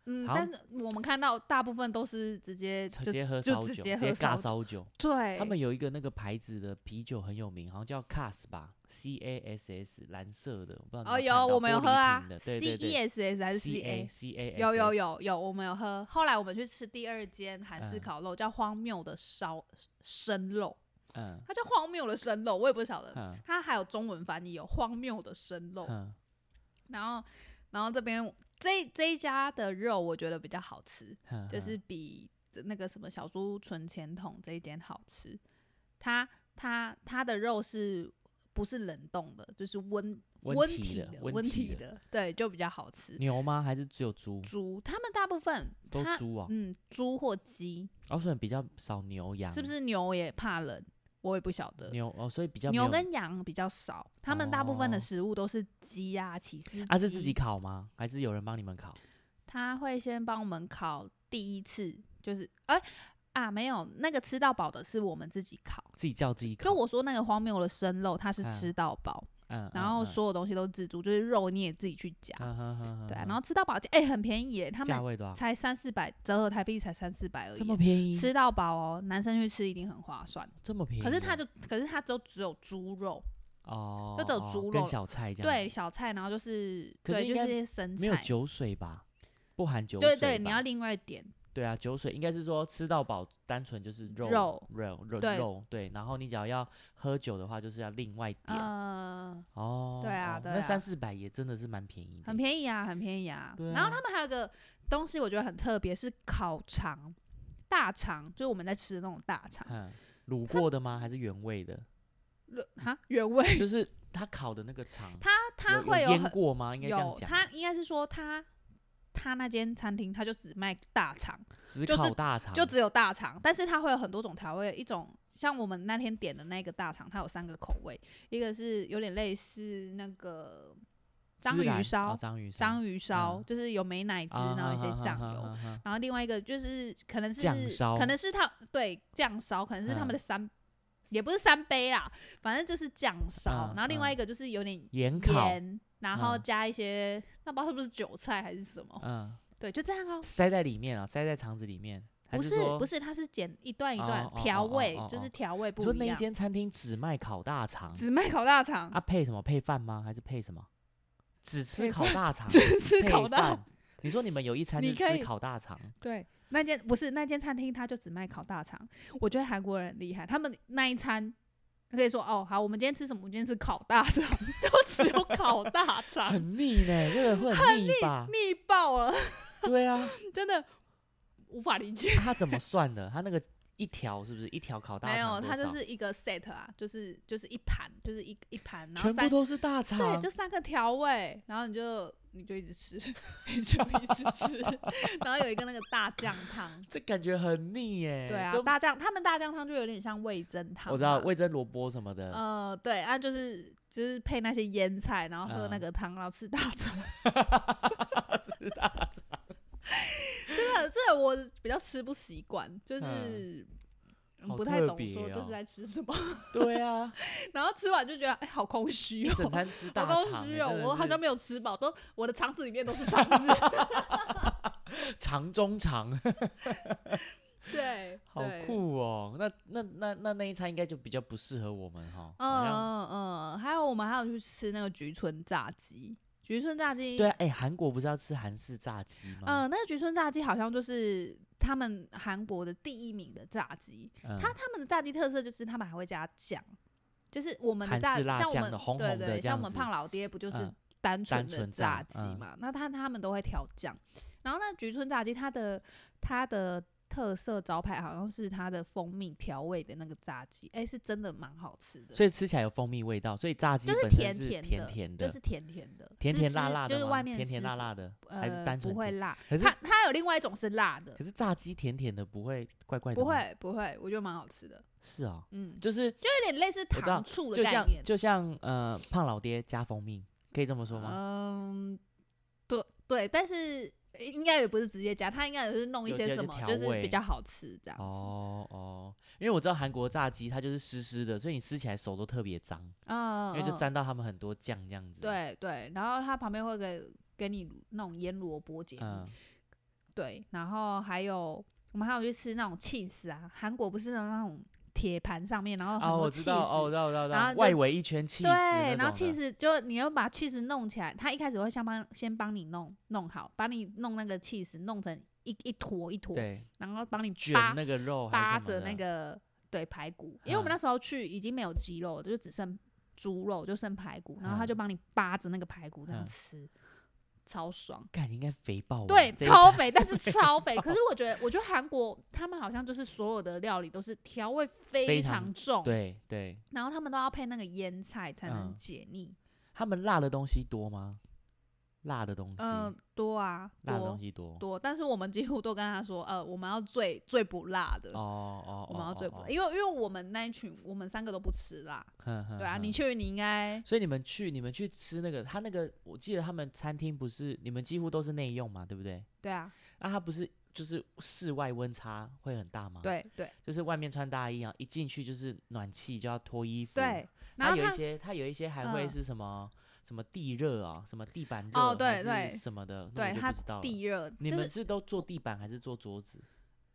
S2: 嗯，
S1: 好
S2: 但
S1: 像
S2: 是我们看到大部分都是直接
S1: 直
S2: 就
S1: 接喝
S2: 就
S1: 烧
S2: 直
S1: 酒，
S2: 接
S1: 直接
S2: 喝
S1: 尬
S2: 烧
S1: 烧酒。
S2: 对，
S1: 他们有一个那个牌子的啤酒很有名，好像叫 Cass 吧，C A S S，蓝色的，我不知道你
S2: 哦
S1: 有没看到玻
S2: 有我们有
S1: 璃
S2: 喝啊
S1: 瓶的对
S2: ，C
S1: 对
S2: E
S1: 对
S2: S S 还是 C
S1: A
S2: A？
S1: C A S，
S2: 有有有有，我们有喝。后来我们去吃第二间韩式
S1: 嗯
S2: 烤肉，叫荒谬的烧生肉，
S1: 嗯
S2: 它叫荒谬的生肉，我也不晓得。
S1: 嗯
S2: 它还有中文翻译，有荒谬的生肉。
S1: 嗯，
S2: 然后，然后这边这这一家的肉我觉得比较好吃，
S1: 嗯
S2: 就是比那个什么小猪存钱筒这一间好吃。它它它的肉是不是冷冻的，就是温
S1: 温
S2: 体
S1: 的
S2: 温体
S1: 体，
S2: 的，对，就比较好吃。
S1: 牛吗？还是只有猪？
S2: 猪，他们大部分
S1: 都
S2: 它
S1: 猪哦，
S2: 嗯，猪或鸡，
S1: 哦，所以比较少牛羊，
S2: 是不？是牛也怕冷？我也不晓得。
S1: 牛哦，所以比较没
S2: 牛
S1: 有
S2: 跟羊比较少，他们大部分的
S1: 哦
S2: 食物都是鸡啊、起司
S1: 啊是自
S2: 鸡
S1: 己烤吗？还是有人帮你们烤？
S2: 他会先帮我们烤第一次，就是哎、啊，没有那个吃到饱的是我们自己烤。
S1: 自己叫自己烤？
S2: 就我说那个荒谬的生肉，它是
S1: 嗯
S2: 吃到饱，
S1: 嗯，嗯，
S2: 然后
S1: 嗯，
S2: 所有东西都自助，就是肉你也自己去夹，
S1: 嗯哼哼哼
S2: 对、啊，
S1: 哼
S2: 然后吃到饱，哎、很便宜耶，他
S1: 价
S2: 们
S1: 位多少？
S2: 才三四百，折合台币才三四百而
S1: 这么
S2: 已。
S1: 便宜？
S2: 吃到饱哦，男生去吃一定很划算。
S1: 这么便宜哦？
S2: 可是它就，可是它就只有猪肉，
S1: 哦，
S2: 就只有
S1: 哦
S2: 猪
S1: 跟
S2: 肉
S1: 小菜这样。
S2: 对，小菜，然后就是
S1: 可是应
S2: 对，就
S1: 该
S2: 是一些生
S1: 没有
S2: 菜，
S1: 酒水吧？不含酒水
S2: 对
S1: 吧。
S2: 对，你要另外点。
S1: 对啊，酒水应该是说吃到饱，单纯就是肉
S2: 肉
S1: 肉肉
S2: 对
S1: 肉对，然后你只要要喝酒的话，就是要另外点
S2: 呃，
S1: 哦。
S2: 对啊
S1: 哦
S2: 对
S1: 那
S2: 啊
S1: 三四百也真的是蛮便宜的，
S2: 很便宜啊，很便宜啊。
S1: 对
S2: 然后
S1: 啊
S2: 他们还有个东西，我觉得很特别，是烤肠，大肠，就是我们在吃的那种大肠，
S1: 嗯，卤过的吗？还是原味的？
S2: 哈，原味。
S1: 就是它烤的那个肠，
S2: 它它会
S1: 有腌
S2: 很
S1: 过吗？应该这样
S2: 有，
S1: 讲，
S2: 它应该是说它它那间餐厅它就只卖大肠，
S1: 只
S2: 就是
S1: 烤大肠，
S2: 就只有大肠，但是它会有很多种调味，一种像我们那天点的那个大肠，它有三个口味，一个是有点类似那个章
S1: 孜然
S2: 鱼烧
S1: 哦，章鱼烧，
S2: 章鱼烧
S1: 嗯
S2: 就是有美乃滋，
S1: 啊
S2: 然后一些
S1: 哈哈
S2: 酱
S1: 哈
S2: 油。
S1: 哈哈
S2: 然后另外一个就是可能是
S1: 酱烧
S2: 可能是他对酱烧，可能是他们
S1: 嗯
S2: 的三，也不是三杯啦，反正就是酱烧。
S1: 嗯
S2: 然后另外一个就是有点
S1: 盐烤，
S2: 盐，然后
S1: 嗯
S2: 加一些那不知道是不是韭菜还是什么，
S1: 嗯，
S2: 对，就这样哦。
S1: 塞在里面啊，塞在肠子里面，还
S2: 不
S1: 是
S2: 是
S1: 说
S2: 不是，它是剪一段一段
S1: 哦哦
S2: 调
S1: 哦哦
S2: 味
S1: 哦，
S2: 就是
S1: 哦
S2: 调味
S1: 你
S2: 不
S1: 说
S2: 一
S1: 那一
S2: 样。
S1: 间餐厅只卖烤大肠
S2: 只卖烤大肠， *laughs*
S1: 啊？配什么？配饭吗？还是配什么？只吃
S2: 配
S1: 烤大肠，
S2: *laughs* 只吃
S1: 配
S2: 烤大
S1: 饭。你说你们有一餐
S2: 你
S1: 是
S2: 可
S1: 吃
S2: 以
S1: 烤大
S2: *laughs*
S1: 肠，
S2: 对，那间不是那间餐厅，它就只卖烤大肠。我觉得韩国人很厉害，他们那一餐可以说哦，好，我们今天吃什么？我们今天吃烤大肠， *laughs* 就只有烤大
S1: *laughs*
S2: 肠，
S1: 很腻呢，这个会很腻吧？
S2: 腻爆了，
S1: 对啊，啊
S2: 真的无法理解。
S1: 他怎么算的？他那个一条是不是一条烤大
S2: 没有，
S1: 肠多少？
S2: 它就是一个 set 啊，就是就是一盘，就是一一盘，然后
S1: 全部
S2: 三
S1: 都是大肠，
S2: 对，就三个调味，然后你就你就一直吃，你就一直吃，然后有一个那个大酱
S1: *laughs*
S2: 汤。
S1: 这感觉很腻耶。
S2: 对啊，
S1: 都
S2: 大酱他们大酱汤就有点像味噌汤嘛，
S1: 我知道味增萝卜什么的，
S2: 呃，对，啊，就是就是配那些腌菜，然后喝那
S1: 嗯
S2: 个汤，然后吃大
S1: *laughs*
S2: 肠。吃 *laughs* 大肠，真的，这个我比较吃不习惯，就是、嗯
S1: 嗯好
S2: 不太
S1: 特
S2: 懂
S1: 别
S2: 说这
S1: 哦
S2: 是在吃什么， *laughs*
S1: 对啊，
S2: 然后吃完就觉得哎，好空虚
S1: 一整
S2: 哦。
S1: 餐吃
S2: 好
S1: 大
S2: 空
S1: 肠、
S2: 虚
S1: 欸，
S2: 哦，
S1: 真的
S2: 我好
S1: 是
S2: 像没有吃饱，都我的肠子里面都是肠子。 *laughs*
S1: 肠中肠，
S2: 对，
S1: 好
S2: 对
S1: 酷哦。那那那那那一餐应该就比较不适合我们哈，好像
S2: 嗯嗯嗯，还有我们还有去吃那个菊村炸鸡，菊村炸鸡，
S1: 对啊，哎、韩国不是要吃韩式炸鸡吗？
S2: 呃，那个菊村炸鸡好像就是他们韩国的第一名的炸鸡，
S1: 嗯
S2: 它他们的炸鸡特色就是他们还会加酱，就是我们的
S1: 韩
S2: 炸
S1: 式辣
S2: 像我
S1: 酱
S2: 们
S1: 的红
S2: 对
S1: 红的
S2: 对，
S1: 这
S2: 像我
S1: 样
S2: 们
S1: 子
S2: 胖老爹不就是
S1: 嗯
S2: 单纯
S1: 单
S2: 的
S1: 纯炸
S2: 炸鸡
S1: 嗯
S2: 嘛？那他他们都会调酱，然后那菊村炸鸡它的它的。特色招牌好像是它的蜂蜜调味的那个炸鸡，哎、是真的蛮好吃的。
S1: 所以吃起来有蜂蜜味道，所以炸鸡
S2: 就是
S1: 本身
S2: 甜
S1: 是
S2: 甜的，
S1: 甜甜的，
S2: 就是甜甜的，
S1: 甜
S2: 湿
S1: 甜辣
S2: 湿
S1: 辣的吗，
S2: 就是外面
S1: 甜甜
S2: 湿
S1: 辣
S2: 湿，
S1: 辣的，还是
S2: 呃，
S1: 单纯
S2: 不会
S1: 甜
S2: 辣。
S1: 可是
S2: 它它有另外一种是辣的
S1: 可，是炸鸡甜甜的不会怪怪的，
S2: 不，会不会，我觉得蛮好吃的，
S1: 是哦，
S2: 嗯，
S1: 就是
S2: 就有点类似
S1: 知道
S2: 糖醋的
S1: 就
S2: 概
S1: 像
S2: 念，
S1: 就像呃胖老爹加蜂蜜，可以这么说吗？
S2: 嗯，对对，但是应该也不是直接加，它应该也是弄一
S1: 有
S2: 些
S1: 加一
S2: 什
S1: 些
S2: 么，
S1: 调
S2: 就是比
S1: 味
S2: 较好吃这样子，
S1: 哦哦，因为我知道韩国炸鸡它就是湿湿的，所以你吃起来手都特别脏，
S2: 嗯，
S1: 因为就
S2: 嗯
S1: 沾到他们很多酱这样子。，
S2: 对对，然后它旁边会给给你那种腌萝卜结
S1: 嗯，
S2: 对，然后还有我们还有去吃那种 cheese 啊，韩国不是有那种铁盘上面，然后很
S1: 啊，我
S2: 多
S1: 知
S2: cheese，、
S1: 道，哦，我知道，我知道，我知
S2: 然后
S1: 道
S2: 就
S1: 外围一圈气
S2: 对，然后
S1: cheese 那种
S2: cheese 就你要把 cheese 弄起来，他一开始会先帮先帮你弄弄好，把你弄那个 cheese 弄成一一坨一
S1: 的
S2: 坨，
S1: 对，
S2: 然后帮你扒
S1: 卷那个肉还是
S2: 扒
S1: 什么
S2: 着那
S1: 的
S2: 个对排骨，因为我们
S1: 嗯
S2: 那时候去已经没有鸡肉了，就只剩猪肉，就剩排骨，然后他就
S1: 嗯
S2: 帮你扒着那个排骨这样
S1: 嗯
S2: 吃，超爽。
S1: 干应该肥爆吧，
S2: 对，
S1: 这一
S2: 超
S1: 餐
S2: 肥，但是超肥。可是我觉得，我觉得韩国他们好像就是所有的料理都是调味非
S1: 非
S2: 常
S1: 常
S2: 重，
S1: 对对，
S2: 然后他们都要配那个腌菜才能
S1: 嗯
S2: 解腻。
S1: 他们辣的东西多吗？辣的东西，
S2: 嗯、多啊，
S1: 辣的东
S2: 多
S1: 西多，
S2: 多，但是我们几乎都跟他说，呃，我们要最最不辣的，
S1: 哦哦，
S2: 我们要最不
S1: 不
S2: 辣，，因为因为我们那一群，我们三个都不吃辣。
S1: 哼哼
S2: 对啊，
S1: 哼
S2: 你去你应该
S1: 所以你们去，你们去吃那个，他那个，我记得他们餐厅不是你们几乎都是内用嘛，对不对？
S2: 对啊，
S1: 那他不是就是室外温差会很大吗？，
S2: 对对
S1: 啊就是外面穿大衣啊，一进去就是暖气就要脱衣服。，
S2: 对，
S1: 它
S2: 然后
S1: 啊有
S2: 他
S1: 一些，它有一些还会
S2: 嗯
S1: 是什么、什么地热啊，什么地板热
S2: 哦
S1: 还
S2: 对
S1: 是
S2: 对
S1: 什么的，那
S2: 对
S1: 我就
S2: 他
S1: 不知道了。
S2: 地热，
S1: 你
S2: 就
S1: 们
S2: 是
S1: 是都坐地板还是坐桌子？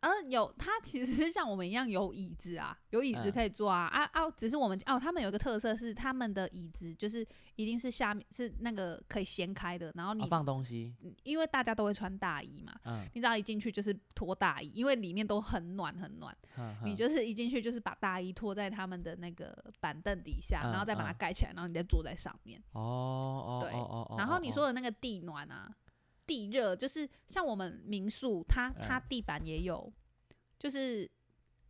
S2: 嗯，有，它其实是像我们一样有椅子啊，有椅
S1: 嗯
S2: 子可以坐啊，啊啊，只是我们哦，他们有一个特色是他们的椅子就是一定是下面是那个可以掀开的，然后你、
S1: 啊，放东西，
S2: 因为大家都会穿大衣嘛，
S1: 嗯，
S2: 你只要一进去就是脱大衣，因为里面都很暖很暖，
S1: 哼
S2: 你
S1: 哼
S2: 就是一进去就是把大衣脱在他们的那个板凳底下，然后再把它
S1: 嗯嗯
S2: 盖起来，然后你再坐在上面。
S1: 哦哦
S2: 对
S1: 哦哦哦，
S2: 然后
S1: 哦
S2: 你
S1: 哦
S2: 说的那个地暖啊，地热就是像我们民宿，它它
S1: 嗯
S2: 地板也有，就是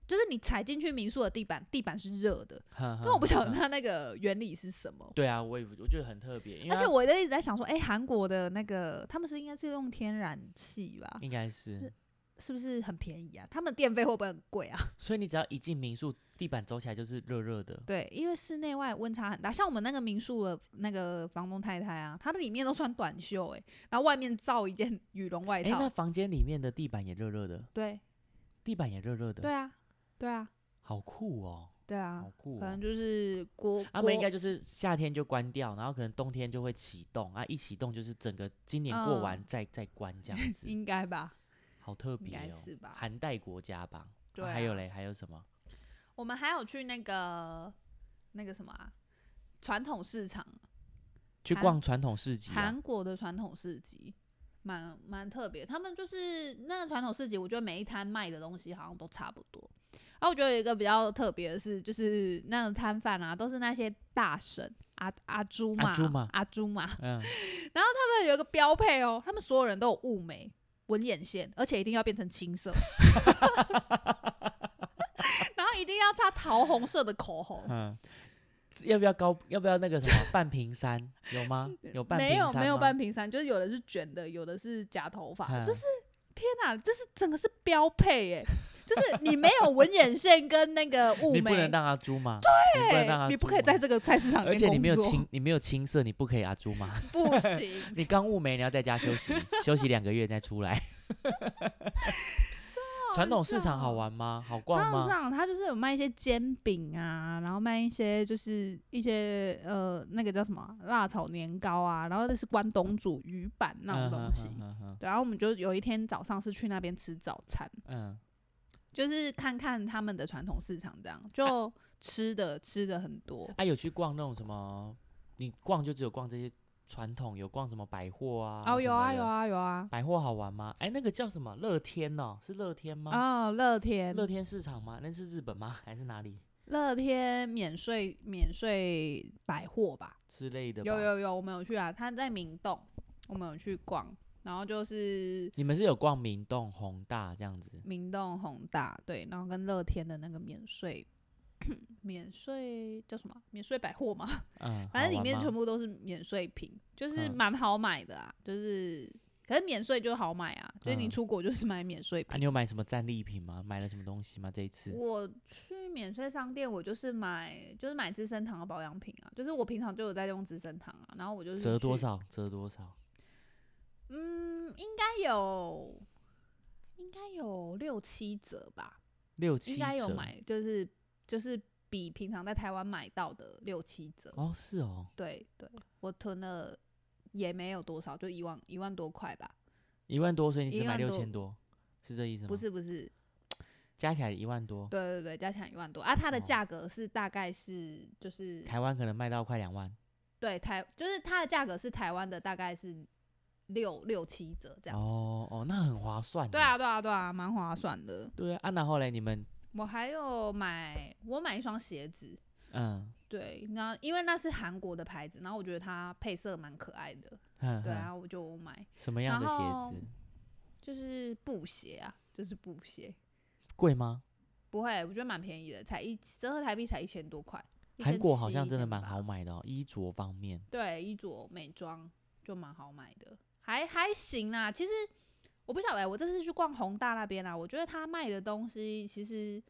S2: 就是你踩进去民宿的地板，地板是热的，
S1: 哼
S2: 但
S1: 哼
S2: 我不晓
S1: 哼
S2: 得它那个原理是什么。
S1: 对啊，我也不我觉得很特别，因为
S2: 而且
S1: 它
S2: 我都一直在想说，哎、韩国的那个他们是应该是用天然气吧？
S1: 应该是，
S2: 是不是很便宜啊？他们电费会不会很贵啊？ *laughs*
S1: 所以你只要一进民宿，地板走起来就是热热的，
S2: 对，因为室内外温差很大，像我们那个民宿的那个房东太太啊，她的里面都穿短袖、欸，然后外面罩一件羽绒外
S1: 哎、
S2: 套，
S1: 那房间里面的地板也热热的，
S2: 对
S1: 地板也热热的，
S2: 对啊，对啊，
S1: 好酷哦，
S2: 对啊
S1: 好，酷、
S2: 可
S1: 哦
S2: 能。就是锅，
S1: 他们
S2: 锅
S1: 应该就是夏天就关掉，然后可能冬天就会启动啊，一启动就是整个今年过完
S2: 嗯
S1: 再、再关这样子，
S2: 应该吧？
S1: 好特
S2: 应
S1: 别
S2: 该
S1: 哦，
S2: 是吧
S1: 寒带国家吧？
S2: 对、
S1: 啊还有，嘞，还有什么？
S2: 我们还有去那个那个什么啊，传统市场，
S1: 去
S2: 韩
S1: 逛传统市集、啊
S2: 韩，国的传统市集，蛮蛮特别。他们就是那个传统市集，我觉得每一摊卖的东西好像都差不多。啊，我觉得有一个比较特别的是，就是那个摊贩啊，都是那些大神阿阿朱嘛，
S1: 阿朱嘛
S2: 阿朱嘛，
S1: 嗯，
S2: 他们有一个标配哦，他们所有人都有雾眉、纹眼线，而且一定要变成
S1: *laughs*
S2: 青色，然后一定要擦桃红色的口红。
S1: 嗯，要不要高？要不要那个什
S2: *laughs*
S1: 么半屏山？有吗？有半
S2: 没
S1: 屏
S2: 有
S1: 山
S2: 没有
S1: 吗
S2: 半平山，就是有的是卷的，有的是假头发，就
S1: 嗯
S2: 是天哪，就是整个是标配耶！就是你没有纹眼线跟那个雾
S1: 你不
S2: 眉
S1: 能，当阿朱吗？对，你不能当阿
S2: 你不可以
S1: 朱吗
S2: 在这个菜市场里
S1: 而
S2: 面
S1: 且你没有
S2: 工作
S1: 青，你没有青色，你不可以阿朱吗？
S2: 不行，
S1: 你刚雾眉，你要在家休息，休息两个月再出来。传统市场好玩吗？好逛
S2: 那
S1: 吗？
S2: 场它就是有卖一些煎饼啊，然后卖一些就是一些呃那个叫什么啊辣炒年糕啊，然后那是关东煮鱼板那种
S1: 嗯
S2: 东西。
S1: 嗯嗯
S2: 对，然后我们就有一天早上是去那边吃早餐，
S1: 嗯
S2: 就是看看他们的传统市场，这样就
S1: 啊
S2: 吃的、吃的很多
S1: 嗯。。啊，有去逛那种什么？你逛就只有逛这些传统，有逛什么百货啊？
S2: 哦，有啊，有
S1: 啊。
S2: 啊，有啊。
S1: 百货好玩吗？哎，那个叫什么？乐天哦，是乐天吗？
S2: 哦，乐天，
S1: 乐天市场吗？那是日本吗？ *laughs* 还是哪里
S2: 乐天免税免税百货吧？
S1: 之类的？
S2: 有。有有，我们有去啊，它在明洞，我们有去逛，然后就是
S1: 你们是有逛明洞、宏大这样子？
S2: 明洞宏大对，然后跟乐天的那个免税 *clears throat* 免税叫什么啊免税百货嘛，
S1: 嗯，
S2: *laughs* 反正里
S1: 好玩
S2: 面
S1: 吗
S2: 全部都是免税品，就是
S1: 嗯
S2: 蛮好买的啊，就是可是免税就好买啊，就是你
S1: 嗯
S2: 出国就是买免税
S1: 啊，
S2: 品。
S1: 你有买什么战利品吗？买了什么东西吗？这一次？
S2: 我去免税商店，我就是买就是买资生堂的保养品啊，就是我平常就有在用资生堂啊，然后我就是
S1: 折多
S2: 去？
S1: 少？折多少？
S2: 嗯，应该有应该有六七折吧，
S1: 六七
S2: 应该有
S1: 折
S2: 买，就是就是比平常在台湾买到的六七折。
S1: 哦，是哦，
S2: 对对，我囤了也没有多少，就一万一万多块吧。
S1: 一万多，所以你
S2: 一
S1: 只买
S2: 万
S1: 六
S2: 多
S1: 千多，是这意思吗？
S2: 不，是不是，
S1: 加起来一万多，
S2: 对对对，加起来一万多啊。它的
S1: 哦
S2: 价格是大概是就是
S1: 台湾可能卖到快两万。
S2: 对台就是它的价格是台湾的大概是六六七折这样子。
S1: 哦哦，那很划算。
S2: 对啊，对啊，对啊，蛮划算的。
S1: 对啊，啊，然后嘞，你们
S2: 我还有买，我买一双鞋子，
S1: 嗯
S2: 对，那因为那是韩国的牌子，然后我觉得它配色蛮可爱的，
S1: 嗯，
S2: 对
S1: 嗯，
S2: 啊，我就买，
S1: 什么样的
S2: 然后
S1: 鞋子？
S2: 就是布鞋啊，就是布鞋，
S1: 贵吗？
S2: 不会，我觉得蛮便宜的，才一折合台币才一千多块。
S1: 韩国好像
S2: 1700
S1: 真的蛮好
S2: 1800，
S1: 买的哦，衣着方面。
S2: 对，衣着美妆就蛮好买的，还还行啦。其实我不晓得，我这次去逛宏大那边啦，啊我觉得他卖的东西其实，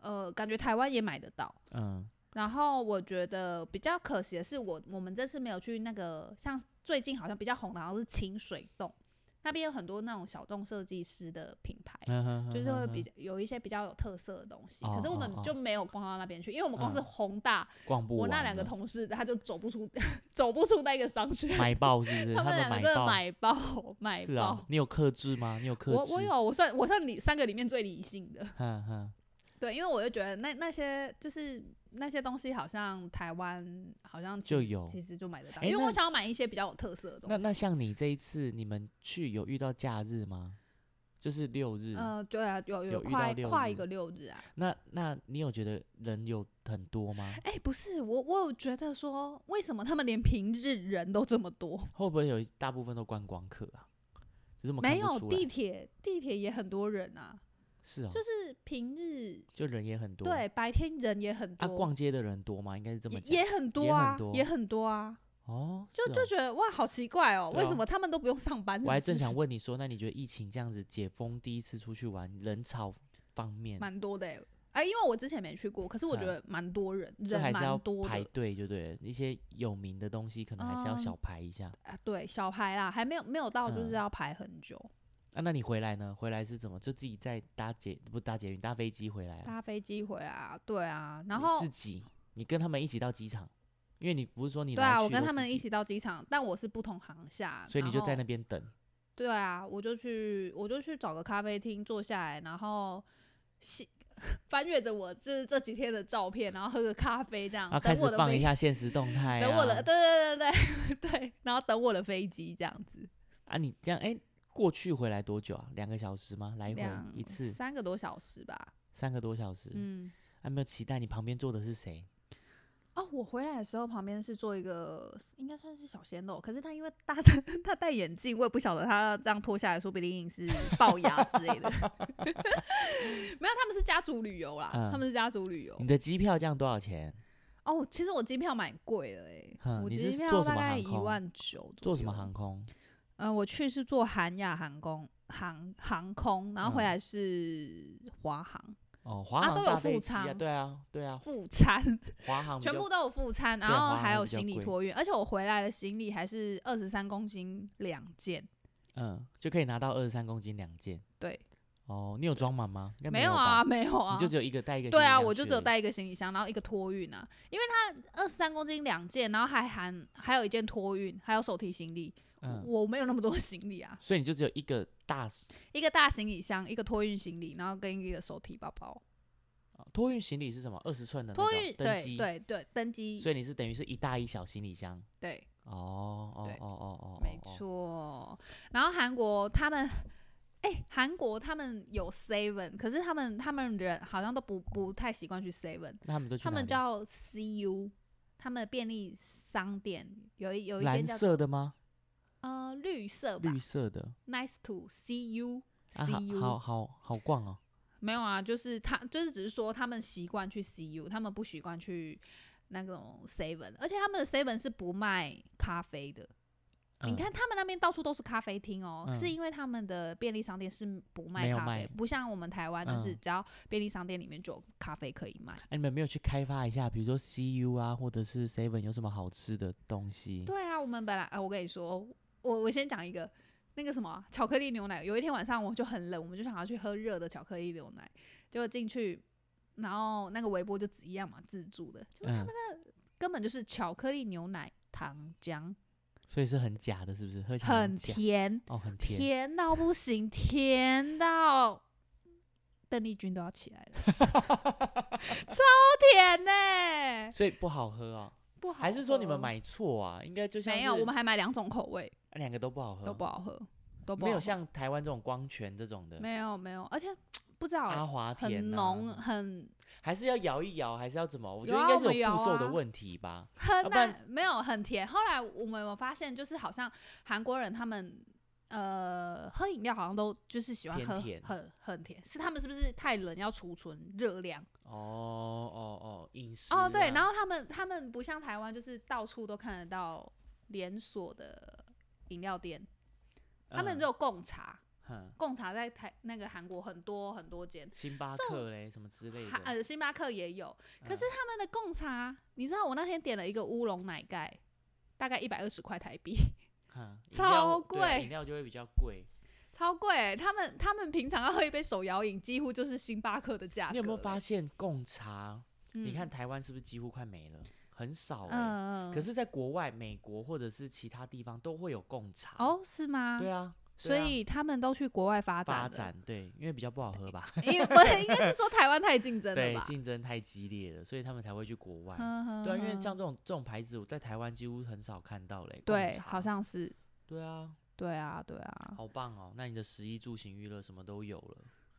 S2: 呃，感觉台湾也买得到。
S1: 嗯，
S2: 然后我觉得比较可惜的是我，我们这次没有去那个，像最近好像比较红的，好像是清水洞那边有很多那种小众设计师的品牌，哎就是会比
S1: 较
S2: 较有一些比较有特色的东西。
S1: 哦
S2: 可是我
S1: 哦
S2: 们
S1: 哦
S2: 就没有逛到那边去，因为我们公司
S1: 嗯
S2: 宏大，
S1: 逛不
S2: 我
S1: 完
S2: 那两个
S1: 了
S2: 同事他就走不出， *laughs* 走不出那个商圈，
S1: 买爆是不是？
S2: *laughs* 他们
S1: 们
S2: 两个
S1: 买
S2: 真的
S1: 爆
S2: 买爆买
S1: 是
S2: 爆
S1: 啊。，你有克制吗？你有克制？
S2: 我我有，我算我算理三个里面最理性的。
S1: 嗯，嗯
S2: 对，因为我就觉得那那些就是那些东西，好像台湾好像其
S1: 就
S2: 实
S1: 有
S2: 其实就哎买得到。
S1: 诶
S2: 因为
S1: 那
S2: 我想要买一些比较有特色的东
S1: 那
S2: 西。
S1: 那像你这一次，你们去有遇到假日吗？就是六日。
S2: 呃，对啊，有
S1: 有遇到
S2: 快
S1: 六
S2: 快
S1: 日
S2: 一个六日啊！
S1: 那那你有觉得人有很多吗？
S2: 哎、不是我，我有觉得说，为什么他们连平日人都这么多？
S1: 会不会有一大部分都观光客啊？只是我们看
S2: 没
S1: 不
S2: 有
S1: 出
S2: 地
S1: 来
S2: 铁，地铁也很多人啊，
S1: 是哦，
S2: 就是平日
S1: 就人也很多。
S2: 对白天人也很
S1: 啊，
S2: 多，
S1: 逛街的人多吗？应该是这么
S2: 也
S1: 讲
S2: 也很多
S1: 也很
S2: 啊，
S1: 多
S2: 也很多啊，
S1: 哦，
S2: 就是就
S1: 哦
S2: 觉得哇，好奇怪哦，
S1: 对
S2: 为
S1: 啊
S2: 什么他们都不用上班是
S1: 我还
S2: 不
S1: 正
S2: 是
S1: 想问你说，那你觉得疫情这样子解封，第一次出去玩，人潮方面，
S2: 蛮多的、欸。哎、因为我之前没去过，可是我觉
S1: 嗯
S2: 得蛮多人，
S1: 就
S2: 人
S1: 还是要
S2: 蛮多
S1: 排
S2: 的
S1: 队，就对了。一些有名的东西可能还是要
S2: 嗯
S1: 小排一下。
S2: 啊。对，小排啦，还没有没有到，就是
S1: 嗯
S2: 要排很久。
S1: 啊，那你回来呢？回来是怎么？就自己再搭捷不搭捷运搭飞机回来、啊？
S2: 搭飞机回来啊，对啊，然
S1: 你
S2: 后
S1: 自己，你跟他们一起到机场，因为你不是说你
S2: 对啊，
S1: 来
S2: 我
S1: 去
S2: 跟
S1: 都
S2: 他
S1: 自
S2: 们一
S1: 己，
S2: 起到机场，但我是不同航厦，
S1: 所以你就
S2: 然
S1: 在那
S2: 后
S1: 边等。
S2: 对啊，我就去我就去找个咖啡厅坐下来，然后细 *laughs* 翻阅着我这这几天的照片，然后喝个咖啡这样，
S1: 然后开
S2: 等
S1: 始
S2: 我的
S1: 放
S2: 飞
S1: 一下现实动态、啊，
S2: *laughs* 等我的，对对对对 *laughs* 对，然后等我的飞机这样子，
S1: 啊，你这样哎、过去回来多久啊？两个小时吗？来回
S2: 两
S1: 一次
S2: 三个多小时吧，
S1: 三个多小时。
S2: 嗯。
S1: 还、没有期待你旁边坐的是谁？
S2: 哦，我回来的时候旁边是做一个，应该算是小鲜肉，可是他因为大戴 *laughs* 他戴眼镜，我也不晓得他这样脱下来，说不定是龅牙之类
S1: *laughs*
S2: 的。 *laughs* 没有，他们是家族旅游啦，
S1: 嗯
S2: 他们是家族旅游
S1: 你。的机票这样多少钱？
S2: 哦，其实我机票买贵了诶、
S1: 哼
S2: 我
S1: 你是
S2: 机票
S1: 坐什
S2: 大
S1: 么
S2: 概
S1: 航
S2: 一
S1: 空
S2: 万九。
S1: 坐什么航？空？
S2: 呃，我去是坐韩亚航空航航空，然后回
S1: 嗯
S2: 来是华航
S1: 哦，华
S2: 啊
S1: 航
S2: 都
S1: 大
S2: 有
S1: 飞
S2: 副
S1: 机啊，
S2: 舱
S1: 对啊，对啊，
S2: 副餐，
S1: 华哦
S2: *laughs*
S1: 航比
S2: 全
S1: 较
S2: 部都有副餐，然
S1: 对华
S2: 后
S1: 航
S2: 还有
S1: 比较
S2: 行李
S1: 贵
S2: 托运，而且我回来的行李还是二十三公斤两件。
S1: 嗯就可以拿到二十三公斤两件。
S2: 对，
S1: 哦，你有装满吗？应该
S2: 没
S1: 有
S2: 有
S1: 吧
S2: 啊，，没有啊，
S1: 你就只有一个带一个。
S2: 对啊，我就只有。带一个行李箱，然后一个托运啊，因为它二十三公斤两件，然后还含还有一件托运，还有手提行李，
S1: 嗯，
S2: 我没有那么多 *laughs* 行李啊，
S1: 所以你就只有一个大
S2: 一个大行李箱，一个托运行李，然后跟一个手提包包，
S1: 托运行李是什么？二十寸的那
S2: 托
S1: 种
S2: 运
S1: 登
S2: 对
S1: 机，
S2: 对对，登机
S1: 所以你是等于是一大一小行李箱。
S2: 对，
S1: 哦哦
S2: 对
S1: 哦哦哦，
S2: 没
S1: 哦。
S2: 错。然后韩国他们。哎、韩国他们有 seven，可是他们他们人好像都不不太习惯去 seven，
S1: 那他们都去
S2: 他
S1: 哪
S2: 们
S1: 里
S2: 叫 CU，他们的便利商店有一有一间
S1: 蓝
S2: 叫
S1: 色的吗？
S2: 呃绿色吧
S1: 绿色的
S2: n i c e to see you。
S1: 啊，
S2: CU、
S1: 好好好好逛哦。
S2: 没有啊，就是他就是只是说他们习惯去 CU，他们不习惯去那种 Seven，而且他们的 Seven 是不卖咖啡的。你
S1: 嗯
S2: 看他们那边到处都是咖啡厅哦，
S1: 嗯
S2: 是因为他们的便利商店是不卖
S1: 没有
S2: 咖
S1: 卖
S2: 啡，不像我们台湾就是
S1: 嗯
S2: 只要便利商店里面就有咖啡可以卖。
S1: 哎、你们没有去开发一下，比如说 CU 啊，或者是 Seven 有什么好吃的东西？
S2: 对啊，我们本来，啊、我跟你说，我我先讲一个那个什么啊巧克力牛奶。有一天晚上我就很冷，我们就想要去喝热的巧克力牛奶，结果进去，然后那个微波就一样嘛，自助的，就
S1: 嗯，
S2: 根本就是巧克力牛奶糖浆，
S1: 所以是很假的，是不是？喝起来
S2: 很
S1: 假
S2: 甜，
S1: 哦，很甜。
S2: 甜到不行，甜到。邓丽君都要起
S1: *laughs*
S2: 来了，超甜呢、
S1: *laughs* 所以不好喝啊，
S2: 不好。哦
S1: 还是说你们？买错啊？应该就像
S2: 没有，
S1: 是
S2: 我们还买两种口味，
S1: 啊两个都不好喝，
S2: 都不好喝，都不
S1: 没
S2: 好
S1: 有
S2: 喝
S1: 像台湾这种光泉这种的
S2: 没有没有，而且不知道欸、
S1: 阿华田、啊、
S2: 很浓，很
S1: 还是要摇一摇，还是要怎么？我觉
S2: 有
S1: 得应该
S2: 啊我
S1: 是有
S2: 们摇
S1: 步骤的
S2: 啊
S1: 问题吧。啊
S2: 很
S1: 不然
S2: 难、没有很甜。后来我们有发现，就是好像韩国人他们呃喝饮料好像都就是喜欢
S1: 偏
S2: 喝
S1: 甜
S2: 很很甜，是他们是不是太冷要储存热量？
S1: 哦哦哦，饮食
S2: 哦，对，
S1: 啊
S2: 然后他们他们不像台湾，就是到处都看得到连锁的饮料店，他们
S1: 嗯
S2: 只有贡茶，
S1: 哼
S2: 贡茶在台那个韩国很多很多间。
S1: 星巴
S2: 这种
S1: 克嘞什么之类
S2: 哈
S1: 的，
S2: 呃，星巴克也有，啊可是
S1: 嗯
S2: 他们的贡茶，你知道我那天点了一个乌龙奶盖，大概一百二十块台币，
S1: 哼饮
S2: 超
S1: 料对
S2: 贵
S1: 饮料就会比较贵。
S2: 超贵欸、他们他们平常要喝一杯手摇饮，几乎就是星巴克的价格欸。
S1: 你有没有发现贡茶？
S2: 嗯？
S1: 你看台湾是不是几乎快没了？很少
S2: 嗯，
S1: 哎、
S2: 嗯嗯，
S1: 可是，在国外，美国或者是其他地方都会有贡茶。，
S2: 哦，是吗？
S1: 啊对啊，
S2: 所
S1: 对啊
S2: 以他们都去国外发展
S1: 发
S2: 了，
S1: 展对，因为比较不好喝吧，
S2: 因为不 *laughs* 是应该是说台湾太竞争了
S1: 对，
S2: 吧？嗯
S1: 竞争太激烈了，所以他们才会去国外。
S2: 哼
S1: 对啊，因为
S2: 哼
S1: 像这种这种牌子，我在台湾几乎很少看到嘞。贡
S2: 对，
S1: 茶
S2: 好像是
S1: 对啊，
S2: 对啊，对啊，
S1: 好棒哦！那你的食衣住行娱乐什么都有了。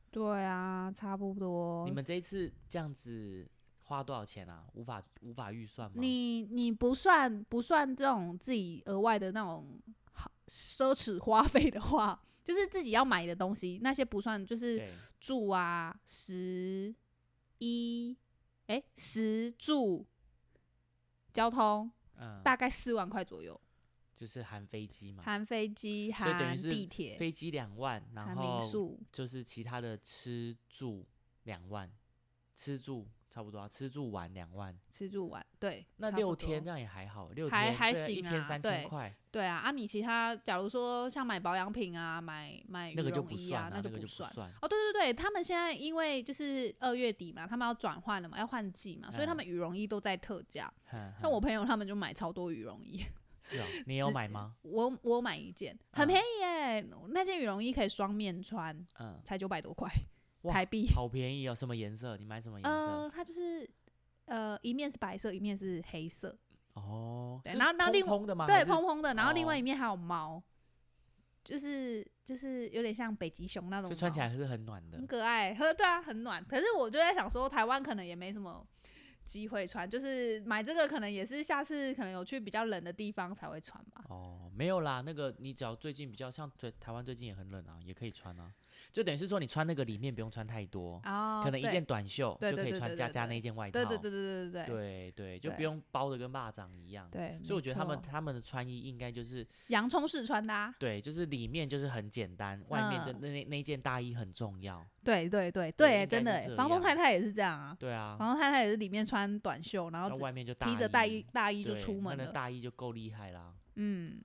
S2: 对啊，差不多。
S1: 你们这一次这样子花多少钱啊？无法无法预算吗？
S2: 你你不算不算这种自己额外的那种好奢侈花费的话，就是自己要买的东西，那些不算，就是
S1: 对
S2: 住啊，食衣，哎，食住交通
S1: 嗯，
S2: 大概四万块左右，
S1: 就是含飞机嘛，
S2: 含飞机、
S1: 所以等于
S2: 含
S1: 是
S2: 地铁、
S1: 飞机两万，然
S2: 含民
S1: 后
S2: 宿，
S1: 就是其他的吃住两万，吃住差不多啊，吃住玩两万。
S2: 吃住玩，对，
S1: 那
S2: 差
S1: 六
S2: 不
S1: 天这
S2: 多
S1: 样也还好，六
S2: 还
S1: 天
S2: 还
S1: 对啊一
S2: 行
S1: 天
S2: 啊
S1: 三千
S2: 对
S1: 块，
S2: 对啊，啊，你其他假如说像买保养品啊，买买羽
S1: 那个就
S2: 绒
S1: 不
S2: 衣
S1: 算
S2: 啊
S1: 啊，，
S2: 那
S1: 那个
S2: 不
S1: 就
S2: 算。
S1: 算。
S2: 哦，对对对，他们现在因为就是二月底嘛，他们要转换了嘛，要换季嘛，所以他
S1: 嗯
S2: 们羽绒衣都在特价。
S1: 哼
S2: 像
S1: 哼
S2: 我朋友他们就买超多羽绒衣，
S1: 是
S2: *laughs*
S1: 哦，你有买吗？
S2: 我我有买一件，很
S1: 嗯
S2: 便宜耶，那件羽绒衣可以双面穿，
S1: 嗯，
S2: 才九百多块
S1: 哇
S2: 台币。
S1: 好便宜哦。什么颜色？你买什么颜色？
S2: 嗯，它就是呃一面是白色，一面是黑色，
S1: 哦，
S2: 对
S1: 是
S2: 然后然后另
S1: 蓬蓬的吗？
S2: 对，
S1: 还是
S2: 蓬蓬的，然后另
S1: 哦
S2: 外一面还有毛，就是就是有点像北极熊那种
S1: 所以
S2: 毛，
S1: 穿起来是很暖的
S2: 很。可爱，呵，对啊，很暖。可是我就在想说，台湾可能也没什么机会穿，就是买这个可能也是下次可能有去比较冷的地方才会穿吧。
S1: 哦，没有啦，那个你只要最近比较像对台湾最近也很冷啊，也可以穿啊，就等于是说你穿那个里面不用穿太多，
S2: 哦
S1: 可能一件短袖
S2: 对
S1: 就
S2: 对
S1: 可以
S2: 对
S1: 穿
S2: 对
S1: 加
S2: 对
S1: 加
S2: 对
S1: 那一件外套，
S2: 对对对对对对
S1: 对
S2: 对
S1: 对就不
S2: 对
S1: 用包的跟蚂蚱一样。
S2: 对，
S1: 所以我
S2: 没
S1: 觉得他们
S2: 错
S1: 他们的穿衣应该就是
S2: 洋葱式穿啊搭，
S1: 对，就是里面就是很简单，外面的
S2: 嗯
S1: 那那那件大衣很重要。
S2: 对对
S1: 对
S2: 对对，
S1: 应
S2: 真
S1: 该
S2: 的
S1: 是
S2: 欸，
S1: 这
S2: 房东
S1: 样
S2: 太太也是这样啊，
S1: 对啊，
S2: 房东太太也是里面穿短袖，然后
S1: 那
S2: 只
S1: 外面就大
S2: 披着大衣大衣就
S1: 对
S2: 出
S1: 那
S2: 门
S1: 那
S2: 了，
S1: 大衣就够厉害啦。
S2: 嗯，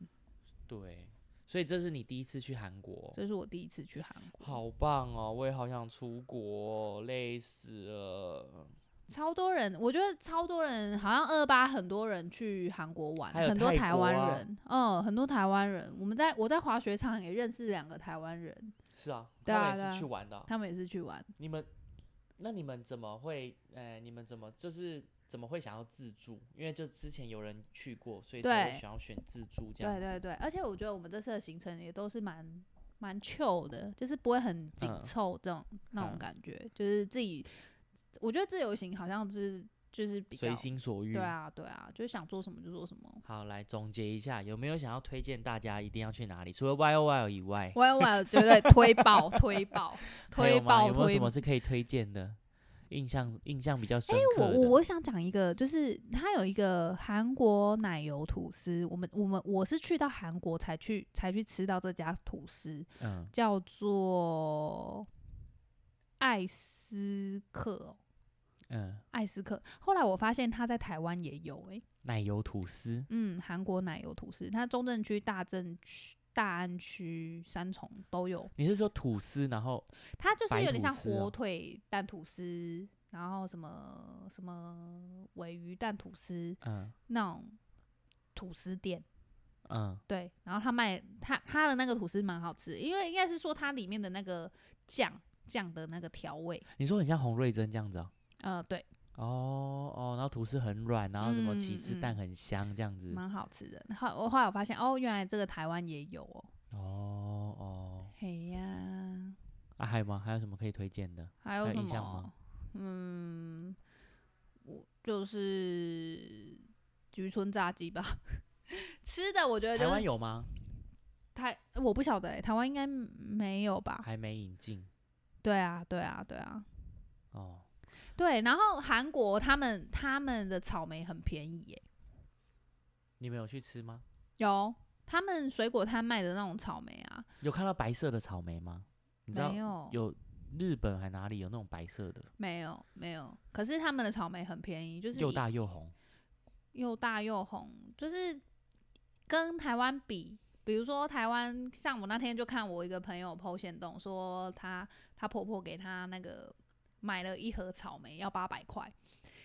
S1: 对，所以这是你第一次去韩国，
S2: 这是我第一次去韩
S1: 哦
S2: 国，
S1: 好棒哦！我也好想出国哦，累死了。
S2: 超多人，我觉得超多人，好像二八很多人去韩国玩，
S1: 还有
S2: 很多
S1: 泰
S2: 台
S1: 国
S2: 湾
S1: 啊
S2: 人，嗯，很多台湾人。我们在我在滑雪场也认识两个台湾人，
S1: 是啊，
S2: 对啊
S1: 他们
S2: 对
S1: 也
S2: 啊
S1: 是去玩的啊、
S2: 他们也是去玩。
S1: 你们那你们怎么会？呃，你们怎么就是怎么会想要自助？因为就之前有人去过，所以才会
S2: 对
S1: 想要选自助这样
S2: 对
S1: 子。
S2: 对对，而且我觉得我们这次的行程也都是蛮蛮 chill 的，就是不会很紧
S1: 嗯
S2: 凑这种、那种
S1: 嗯
S2: 感觉，就是自己，我觉得自由行好像就是就是比较
S1: 随心所欲。
S2: 对啊对啊，就是想做什么就做什么。
S1: 好，来总结一下，有没有想要推荐大家一定要去哪里？除了 Y O Y 以外，
S2: *laughs* 我有我有绝对推爆推爆
S1: *laughs* 还有
S2: 推
S1: 吗？
S2: 爆
S1: 有没有
S2: 推
S1: 什么是可以推荐的？印象印象比较深刻
S2: 我
S1: 的。
S2: 我我想讲一个，就是它有一个韩国奶油吐司，我们我们我是去到韩国才去才去吃到这家吐司，
S1: 嗯，
S2: 叫做艾斯克哦，
S1: 嗯，
S2: 艾斯克。后来我发现它在台湾也有、欸，
S1: 奶油吐司，
S2: 嗯，韩国奶油吐司，它中正区、大正区、大安区、三重都有，
S1: 你是说吐司，然后
S2: 它就是
S1: 白
S2: 有点
S1: 吐
S2: 像
S1: 司哦
S2: 火腿蛋吐司，然后什么什么尾鱼蛋吐司。
S1: 嗯
S2: 那种吐司店，
S1: 嗯
S2: 对，然后他卖他他的那个吐司蛮好吃，因为应该是说它里面的那个酱酱的那个调味，
S1: 你说很像洪瑞珍这样子哦。
S2: 呃，对，
S1: 哦哦，然后吐司很软，然后什么起
S2: 嗯
S1: 司蛋
S2: 嗯
S1: 很香这样子。
S2: 蛮好吃的。后我后来我发现哦，原来这个台湾也有哦，
S1: 哦哦，
S2: 嘿呀，
S1: 啊还有吗？还有什么可以推荐的？
S2: 还有
S1: 还有
S2: 什
S1: 印象
S2: 么
S1: 吗？
S2: 嗯，我就是菊村炸鸡吧， *laughs* 吃的我觉得
S1: 台
S2: 就
S1: 湾
S2: 是
S1: 有吗？
S2: 台，我不晓得、欸、台湾应该没有吧？
S1: 还没引进
S2: 对啊，对啊，对啊。
S1: 哦。
S2: 对，然后韩国他们他们的草莓很便宜耶，
S1: 你们有去吃吗？
S2: 有他们水果摊卖的那种草莓啊，
S1: 有看到白色的草莓吗？你知道
S2: 没有
S1: 有日本还哪里有那种白色的，
S2: 没有没有，可是他们的草莓很便宜，就是
S1: 又
S2: 一
S1: 大又红。
S2: 又大又红，就是跟台湾比，比如说台湾，像我那天就看我一个朋友剖线洞说她她婆婆给她那个买了一盒草莓要八百块，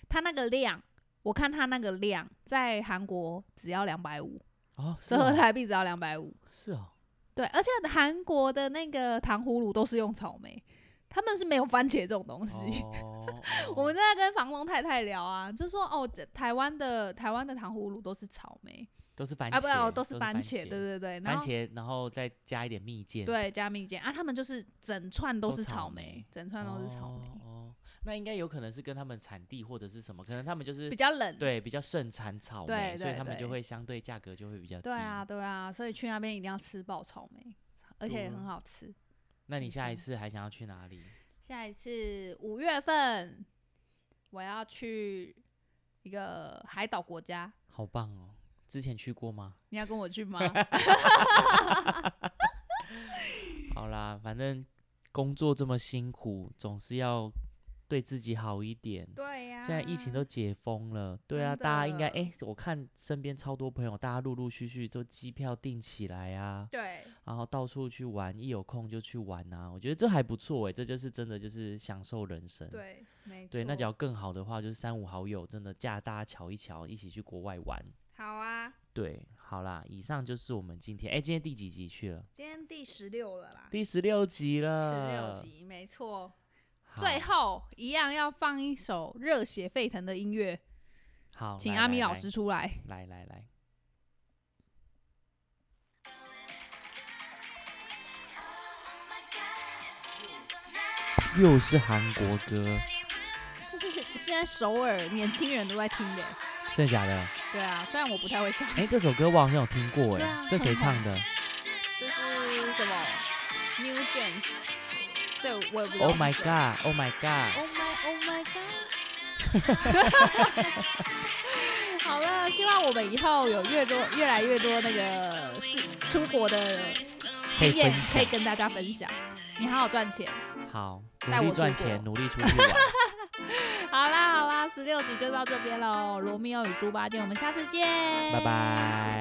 S2: 她那个量，我看她那个量在韩国只要两百五，
S1: 哦，是
S2: 折合
S1: 哦，
S2: 台币只要两百五。
S1: 是哦，
S2: 对，而且韩国的那个糖葫芦都是用草莓，他们是没有番茄这种东西。
S1: 哦
S2: *laughs* 我
S1: 哦
S2: 们正在跟房东太太聊啊，就说哦，这台湾的台湾的糖葫芦都是草莓
S1: 都是番
S2: 啊，不哦，
S1: 茄，
S2: 都是番茄，对对对，然
S1: 番
S2: 后
S1: 茄，然后再加一点蜜饯，
S2: 对加蜜饯啊，他们就是整串都
S1: 都
S2: 是
S1: 草
S2: 草
S1: 莓
S2: 莓，整
S1: 哦，
S2: 串都是草莓，
S1: 哦，那应该有可能是跟他们产地或者是什么，可能他们就是
S2: 比较冷。
S1: 对比较盛产草莓，
S2: 对
S1: 所以
S2: 对
S1: 他们就
S2: 对
S1: 会相对价格就会比较低。
S2: 对啊，，对啊，所以去那边一定要吃爆草莓，而且也
S1: 对啊
S2: 很好吃。
S1: 那你
S2: 很
S1: 下一
S2: 香
S1: 次还想要去哪里？
S2: 下一次五月份我要去一个海岛国家，
S1: *laughs* 好棒哦！之前去过吗？
S2: 你要跟我
S1: *laughs*
S2: 去吗？
S1: 好啦，反正工作这么辛苦，总是要对自己好一点。
S2: 对呀
S1: 现在疫情都解封了，对啊，
S2: 真
S1: 大家应该
S2: 的
S1: 哎、我看身边超多朋友，大家陆陆续续都机票订起来啊，
S2: 对，
S1: 然后到处去玩，一有空就去玩啊。我觉得这还不错哎、这就是真的就是享受人生。
S2: 对，没
S1: 对，那只
S2: 错
S1: 要更好的话，就是三五好友真的架大家瞧一瞧，一起去国外玩。
S2: 好啊。
S1: 对，好啦，以上就是我们今天，哎、今天第几集去了？
S2: 今天第十六了啦，
S1: 第呃十六集
S2: 十
S1: 了。
S2: 六。集没错。
S1: 好
S2: 最后一样要放一首热血沸腾的音乐，
S1: 好，
S2: 请
S1: 来
S2: 阿米老师。出来。
S1: 来来来来，又是韩国歌，
S2: 这就是现在首尔年轻人都在听的。
S1: 真的假的？
S2: 对啊，虽然我不太会唱，
S1: 哎、这首歌我好像有听过，
S2: 对
S1: 哎
S2: 啊，
S1: 这谁唱的
S2: 这是什么 New Jeans？这我也不知道
S1: ？Oh
S2: 是
S1: my
S2: 谁
S1: god，Oh my god，
S2: Oh my, oh my god！好了，希望我们以后有越多、越来越多那个是出国的
S1: 可以分
S2: 经验可以
S1: 享。
S2: 跟大家分享。你好好赚钱。
S1: 好，
S2: 带
S1: 努力
S2: 我出
S1: 赚
S2: 国
S1: 钱，努力出去玩。
S2: 好啦好啦，十六集就到这边喽，《罗密欧与猪八戒》，我们下次见，
S1: 拜拜。